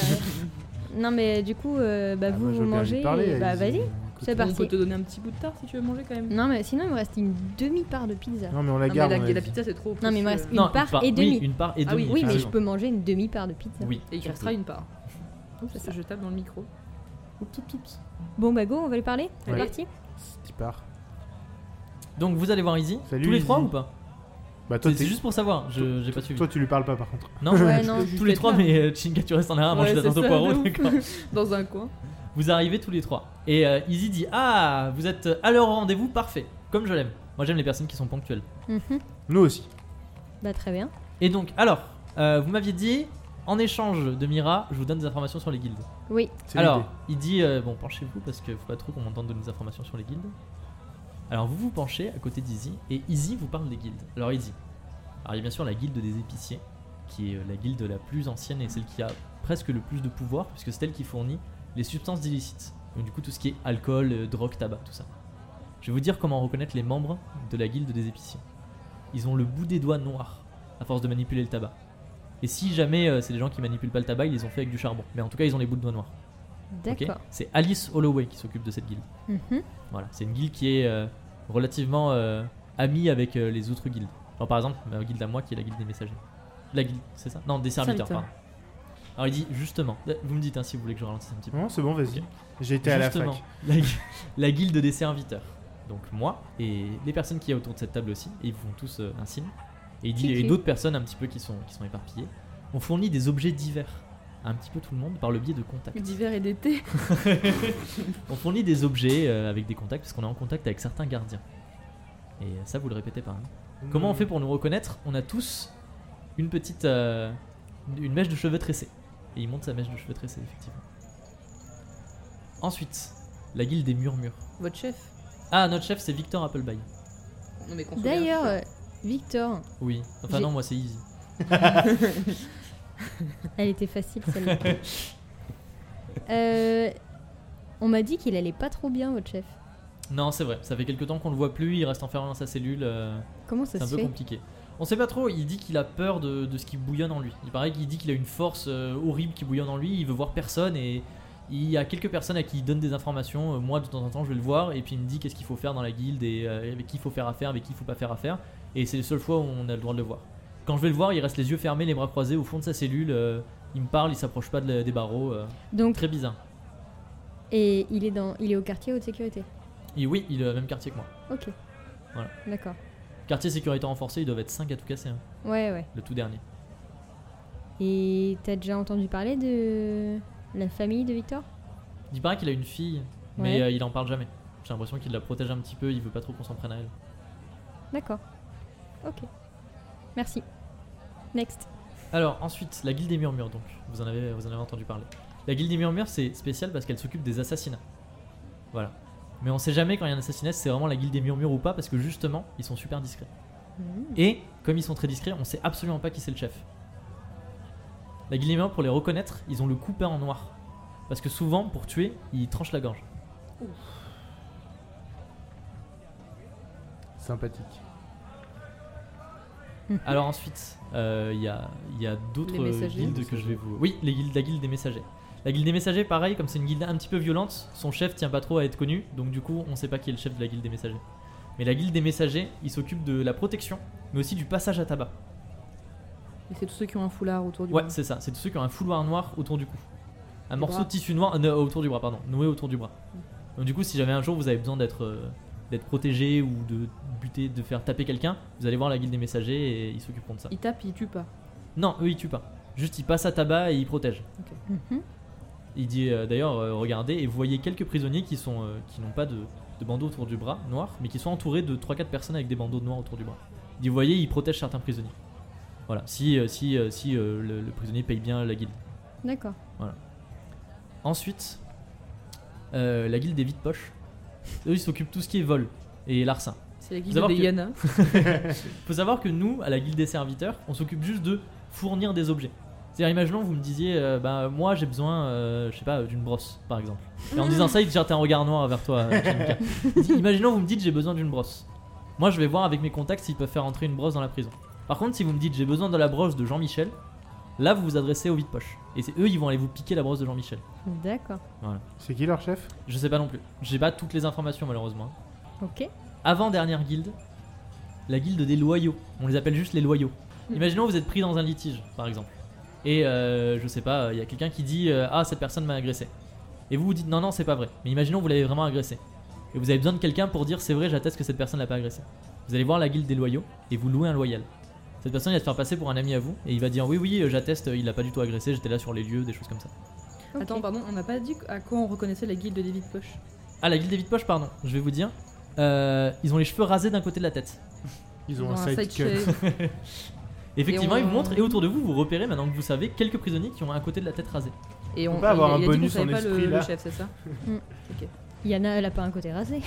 C: Non, mais du coup, euh, bah,
B: Ah,
C: vous,
B: moi, j'ai
C: vous
B: aucun envie de
C: mangez.
B: parler,
C: et- bah,
B: allez-y.
C: vas-y.
B: Écoute,
C: C'est
D: On
C: parti.
D: peut te donner un petit bout de tarte si tu veux manger quand même.
C: Non, mais sinon, il me reste une demi-part de pizza.
B: Non, mais on la
E: Ah,
D: Non, mais
B: garde.
D: la,
B: on
D: la
B: l'a dit.
D: pizza, c'est trop.
C: Non, mais il me
D: précieux.
C: reste une part et
A: oui,
C: demie.
A: une part et
D: Ah oui,
A: demie.
C: Oui, mais je
A: effectivement.
C: peux manger une demi-part de pizza.
A: Oui.
D: Et il
A: tu
D: restera
A: peux.
D: une part.
E: hein.
C: c'est
D: C'est
C: ça.
D: jetable dans le micro.
C: Bon, bah, go, on va lui parler C'est
B: Ouais.
C: parti
B: Si tu pars.
A: Donc vous allez voir Izzy
B: Salut,
A: Tous les trois
B: Izzy.
A: ou pas
B: Bah, toi,
A: C'est c'est
B: t'es-
A: juste pour savoir. Je j'ai pas suivi.
B: toi, tu lui parles pas, par contre.
A: non,
C: Ouais, non.
D: juste
A: tous les
D: être
A: trois,
D: là.
A: mais euh, Tchinka, tu restes en arrière à manger
D: Ouais,
A: la
D: c'est
A: tarte au
D: ça,
A: poireau,
D: de ouf.
A: d'accord
D: Dans un coin.
A: Vous arrivez tous les trois. Et euh, Izzy dit Ah, vous êtes à leur rendez-vous, parfait. Comme je l'aime. Moi, j'aime les personnes qui sont ponctuelles.
C: Mhm.
B: Nous aussi.
C: Bah, très bien.
A: Et donc, alors, euh, vous m'aviez dit, en échange de Mira, je vous donne des informations sur les guildes.
C: Oui,
B: C'est
A: Alors,
B: l'idée.
A: il dit, euh, bon, penchez-vous parce que faut pas trop qu'on m'entende donner des informations sur les guildes. Alors, vous vous penchez à côté d'Izzy et Izzy vous parle des guildes. Alors, Izzy, alors il y a bien sûr la guilde des épiciers, qui est euh, la guilde la plus ancienne et celle qui a presque le plus de pouvoir, puisque c'est elle qui fournit les substances illicites. Donc, du coup, tout ce qui est alcool, euh, drogue, tabac, tout ça. Je vais vous dire comment reconnaître les membres de la guilde des épiciers. Ils ont le bout des doigts noirs, à force de manipuler le tabac. Et si jamais euh, c'est des gens qui manipulent pas le tabac, ils les ont fait avec du charbon. Mais en tout cas, ils ont les bouts de doigts noirs. Ok
C: d'accord.
A: C'est Alice Holloway qui s'occupe de cette guilde.
C: Mhm.
A: Voilà, c'est une guilde qui est euh, relativement euh, amie avec euh, les autres guildes. Genre, par exemple, ma guilde à moi qui est la guilde des messagers. La guilde, c'est ça Non, des serviteurs,
D: Serviteurs.
A: pardon. Alors il dit justement, euh, vous me dites hein, si vous voulez que je ralentisse un petit peu.
B: Non, c'est bon, vas-y.
A: Ok.
B: J'ai été à la
A: Justement,
B: fac.
A: la, gu- la guilde des serviteurs. Donc moi et les personnes qui est autour de cette table aussi, et ils font tous euh, un signe. Et il dit
C: Clic,
A: et
C: clic.
A: d'autres personnes un petit peu qui sont qui sont éparpillées. On fournit des objets divers à un petit peu tout le monde par le biais de contacts.
D: D'hiver et d'été.
A: On fournit des objets euh, avec des contacts parce qu'on est en contact avec certains gardiens. Et ça, vous le répétez pas. hein.
B: Mm.
A: Comment on fait pour nous reconnaître On a tous une petite. euh, une mèche de cheveux tressés. Et il monte sa mèche de cheveux tressés, effectivement. Ensuite, la guilde des murmures.
D: Votre chef.
A: Ah, notre chef, c'est Victor Appleby.
D: Non, mais qu'on se
C: D'ailleurs,
D: regarde.
C: euh, Victor,
A: Oui. Enfin,
C: J'ai-
A: non, moi, c'est Easy.
C: elle était facile celle-là. Euh, on m'a dit qu'il allait pas trop bien, votre chef.
A: Non, c'est vrai. Ça fait quelque temps qu'on le voit plus. Il reste enfermé dans sa cellule. euh,
C: Comment ça
A: C'est un
C: se
A: peu
C: fait
A: compliqué. On sait pas trop, il dit qu'il a peur de, de ce qui bouillonne en lui. Il paraît qu'il dit qu'il a une force euh, horrible qui bouillonne en lui, il veut voir personne et il y a quelques personnes à qui il donne des informations. Euh, Moi, de temps en temps, je vais le voir et puis il me dit qu'est-ce qu'il faut faire dans la guilde et euh, avec qui il faut faire affaire, avec qui il faut pas faire affaire. Et c'est les seules fois où on a le droit de le voir. Quand je vais le voir, il reste les yeux fermés, les bras croisés au fond de sa cellule. euh, il me parle, il s'approche pas de la- des barreaux. euh,
C: Donc,
A: très bizarre.
C: et il est, dans, il est au quartier haute sécurité.
A: Et oui, il est au même quartier que moi.
C: Ok.
A: Voilà.
C: D'accord.
A: Quartier sécurité renforcée, ils doivent être 5 à tout casser, hein,
C: Ouais, ouais.
A: le tout dernier.
C: Et t'as déjà entendu parler de la famille de Victor
A: Il paraît qu'il a une fille, mais
C: Ouais.
A: euh, il en parle jamais. J'ai l'impression qu'il la protège un petit peu, il veut pas trop qu'on s'en prenne à elle.
C: D'accord. Ok. Merci. Next.
A: Alors ensuite, la guilde des murmures donc, vous en avez, vous en avez entendu parler. La guilde des murmures c'est spécial parce qu'elle s'occupe des assassinats. Voilà. Mais on sait jamais quand il y a un assassinat si c'est vraiment la guilde des murmures ou pas parce que justement ils sont super discrets. Et comme ils sont très discrets, on sait absolument pas qui c'est le chef. La guillemette, pour les reconnaître, ils ont le coupé en noir. Parce Parce que souvent, pour tuer, ils tranchent la gorge.
B: Mmh. Sympathique.
A: Alors ensuite, euh, il y a, il y a d'autres
E: Les messagers.
A: guildes que je vais vous. Oui, les guildes, la guilde des messagers. La guilde des messagers, pareil, comme c'est une guilde un petit peu violente, son chef tient pas trop à être connu, donc du coup, on sait pas qui est le chef de la guilde des messagers. Mais la guilde des messagers, il s'occupe de la protection, mais aussi du passage à tabac.
E: Et c'est tous ceux qui ont un foulard autour du
A: Ouais,
E: bras.
A: c'est ça, c'est tous ceux qui ont un fouloir noir autour du cou. Un
D: Du
A: morceau
D: bras.
A: de tissu noir euh, autour du bras, pardon, noué autour du bras.
E: Mm.
A: Donc du coup, si jamais un jour vous avez besoin d'être euh, d'être protégé ou de buter, de faire taper quelqu'un, vous allez voir la guilde des messagers et ils s'occuperont de ça.
E: Ils tapent, ils tuent pas.
A: Non, eux ils tuent pas. Juste ils passent à tabac et ils protègent.
C: Mhm.
A: Il dit euh, d'ailleurs, euh, regardez et vous voyez quelques prisonniers qui sont euh, qui n'ont pas de, de bandeau autour du bras noir, mais qui sont entourés de 3-4 personnes avec des bandeaux noirs autour du bras. Il dit, vous voyez, ils protègent certains prisonniers. Voilà, si euh, si euh, si euh, le, le prisonnier paye bien la guilde.
C: D'accord.
A: Ensuite, euh, la guilde des vides poches. Eux ils s'occupent tout ce qui est vol et larcin.
E: C'est la
A: Vous
E: guilde
A: savoir
E: des
A: que-
E: Yana.
A: faut savoir que nous, à la guilde des serviteurs, on s'occupe juste de fournir des objets. C'est-à-dire, imaginons, vous me disiez, euh, bah moi j'ai besoin, euh, je sais pas, euh, d'une brosse, par exemple. Et en me disant ça, il te jette un regard noir vers toi, euh, Shamika. Il dit, Imaginons, vous me dites j'ai besoin d'une brosse. Moi, je vais voir avec mes contacts s'ils peuvent faire entrer une brosse dans la prison. Par contre, si vous me dites j'ai besoin de la brosse de Jean-Michel, là vous vous adressez au vide-poche. Et c'est eux, ils vont aller vous piquer la brosse de Jean-Michel.
C: D'accord.
B: C'est qui leur chef
A: Je sais pas non plus. J'ai pas toutes les informations malheureusement.
C: Ok.
A: Avant-dernière guilde, la guilde des loyaux. On les appelle juste les loyaux.
E: Mm.
A: Imaginons vous êtes pris dans un litige, par exemple. Et euh, je sais pas, il y a quelqu'un qui dit euh, Ah, cette personne m'a agressé. Et vous vous dites Non, non, c'est pas vrai. Mais imaginons vous l'avez vraiment agressé. Et vous avez besoin de quelqu'un pour dire C'est vrai, j'atteste que cette personne l'a pas agressé. Vous allez voir la guilde des loyaux et vous louez un loyal. Cette personne il va se faire passer pour un ami à vous et il va dire Oui, oui, euh, j'atteste, il l'a pas du tout agressé, j'étais là sur les lieux, des choses comme ça.
C: Ok.
E: Attends, pardon, on n'a pas dit à quoi on reconnaissait la guilde des vides poches.
A: Ah, la guilde des vides poches, pardon, je vais vous dire. Euh, ils ont les cheveux rasés d'un côté de la tête.
B: Ils ont un side cut.
A: Effectivement,
E: Et on-
A: ils vous montrent et autour de vous, vous repérez maintenant que vous savez quelques prisonniers qui ont un côté de la tête rasée.
E: Et
B: On
E: on
B: peut avoir
E: il- il a
B: un
E: dit qu'on
B: bonus
E: savait
B: en
E: pas le-
B: esprit,
E: le,
B: là.
E: chef, c'est ça
C: Yana, elle a pas un côté rasé.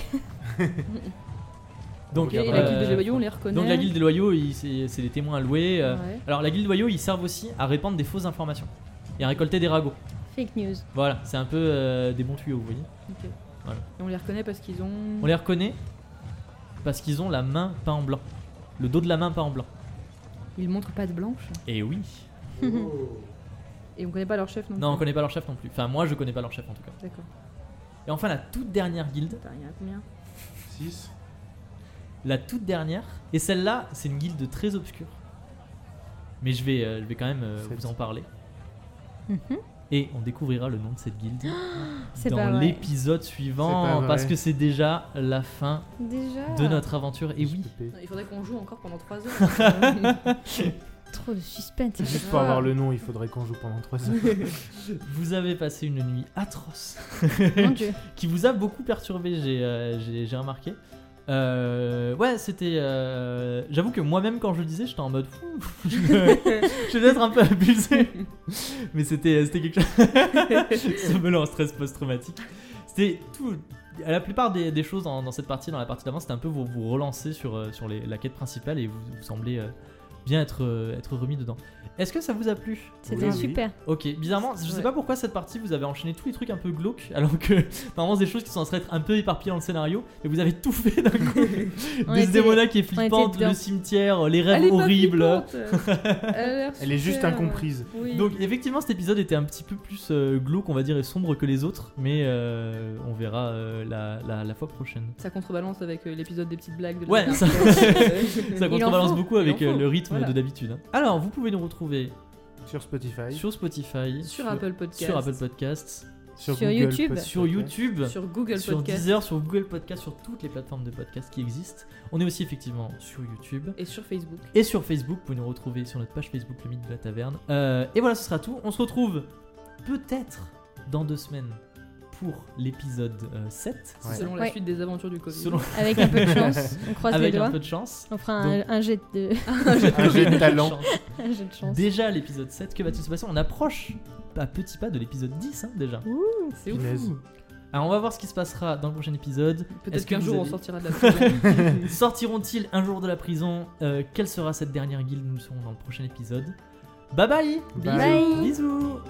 A: Donc,
E: Ok, la
B: regarde,
A: euh,
E: guilde des loyaux, on les reconnaît.
A: Donc la guilde des loyaux, ils- c'est c'est les témoins à louer. euh.
E: Ouais.
A: Alors la guilde des loyaux, ils servent aussi à répandre des fausses informations et à récolter des ragots.
C: Fake news.
A: Voilà, c'est un peu euh, des bons tuyaux, vous voyez.
E: Ok.
A: Voilà.
E: Et on les reconnaît parce qu'ils ont.
A: On les reconnaît parce qu'ils ont la main peint en blanc, le dos de la main peint en blanc.
E: Ils montrent pas de blanche.
A: Et oui.
B: Oh.
E: Et on connaît pas leur chef non
A: Non, on
E: plus.
A: connaît pas leur chef non plus. Enfin, moi, je connais pas leur chef en tout cas.
E: D'accord.
A: Et enfin, la toute dernière guilde,
E: Putain, il y en a combien
B: 6.
A: La toute dernière, et celle-là, c'est une guilde très obscure. Mais je vais, euh, je vais quand même euh,
B: Sept.
A: vous en parler.
C: Mhm.
A: Et on découvrira le nom de cette guilde
C: C'est pas
A: dans
C: vrai.
A: l'épisode
B: C'est pas
A: suivant,
B: vrai.
A: parce que c'est déjà la fin
C: Déjà.
A: de notre aventure. Et oui,
E: Il faudrait qu'on joue encore pendant 3 heures.
C: Trop de suspense.
B: Juste pour avoir le nom, il faudrait qu'on joue pendant 3 heures.
A: vous avez passé une nuit atroce
C: Mon dieu.
A: qui vous a beaucoup perturbé, j'ai euh, j'ai- j'ai remarqué. Euh, ouais, c'était. euh, J'avoue que moi-même, quand je le disais, j'étais en mode. Ouh, je je vais être un peu abusé. Mais c'était euh, c'était quelque chose. Ce melon en stress post-traumatique. C'était tout. La plupart des, des choses dans, dans cette partie, dans la partie d'avant, c'était un peu vous, vous relancer sur, euh, sur les- la quête principale et vous, vous semblez euh, bien être, euh, être remis dedans. Est-ce que ça vous a plu
C: C'était
B: Oui, oui.
C: super.
A: Ok, bizarrement, je sais
E: Ouais.
A: pas pourquoi cette partie vous avez enchaîné tous les trucs un peu glauques, alors que normalement c'est des choses qui sont censées être un peu éparpillées dans le scénario, et vous avez tout fait d'un coup.
C: On
A: des
C: était-
A: démona qui est
C: on était
A: flippante,
C: dedans.
A: le cimetière, les
D: Elle est
A: rêves
D: pas
A: horribles.
D: flippante. Elle a l'air
B: Elle est juste
D: super.
B: incomprise.
D: Oui.
A: Donc effectivement cet épisode était un petit peu plus euh, glauque on va dire et sombre que les autres, mais euh, on verra euh, la, la- la fois prochaine.
E: ça contrebalance avec euh, l'épisode des petites blagues de la
A: Ouais,
E: dernière
A: ça-
E: fois. Euh,
A: Ça
C: Il en
A: contrebalance
C: faut,
A: beaucoup
E: il en
A: avec euh,
E: faut.
A: le rythme
E: Voilà.
A: de d'habitude. hein. Alors vous pouvez nous retrouver
B: Sur Spotify, sur, Bah,
A: sur Spotify,
E: sur Apple Podcast.
A: sur Apple Podcasts,
C: Sur
B: Google
C: YouTube.
B: Podcast.
A: sur YouTube.
E: Sur Google
A: sur
E: Podcast.
A: Deezer, sur Google Podcast, sur toutes les plateformes de podcast qui existent. On est aussi effectivement sur YouTube
E: Et sur Facebook.
A: et sur Facebook. Vous pouvez nous retrouver sur notre page Facebook Le Mythe de la Taverne. Euh, et voilà, ce sera tout. On se retrouve peut-être dans deux semaines pour l'épisode euh, 7.
B: Ouais.
E: Selon
C: Ouais.
E: la suite des aventures du Covid.
A: Selon,
C: Avec un peu de chance. On croise
A: avec
C: les
A: un
C: doigts.
A: peu de chance.
C: On fera un,
A: Donc-
C: un jet de.
B: Un jeu de talent.
C: un jet de chance.
A: Déjà l'épisode 7, que va-t-il se passer On approche à petits pas de l'épisode 10 hein, déjà.
E: C'est ouf.
B: Punaise.
A: Alors on va voir ce qui se passera dans le prochain épisode.
E: Peut-être
A: Est-ce que
E: qu'un
A: vous
E: jour on
A: avez-
E: sortira de la prison.
A: Sortiront-ils un jour de la prison Euh, Quelle sera cette dernière guilde Nous le saurons dans le prochain épisode. Bye bye
B: Bye.
C: Bye.
A: Bisous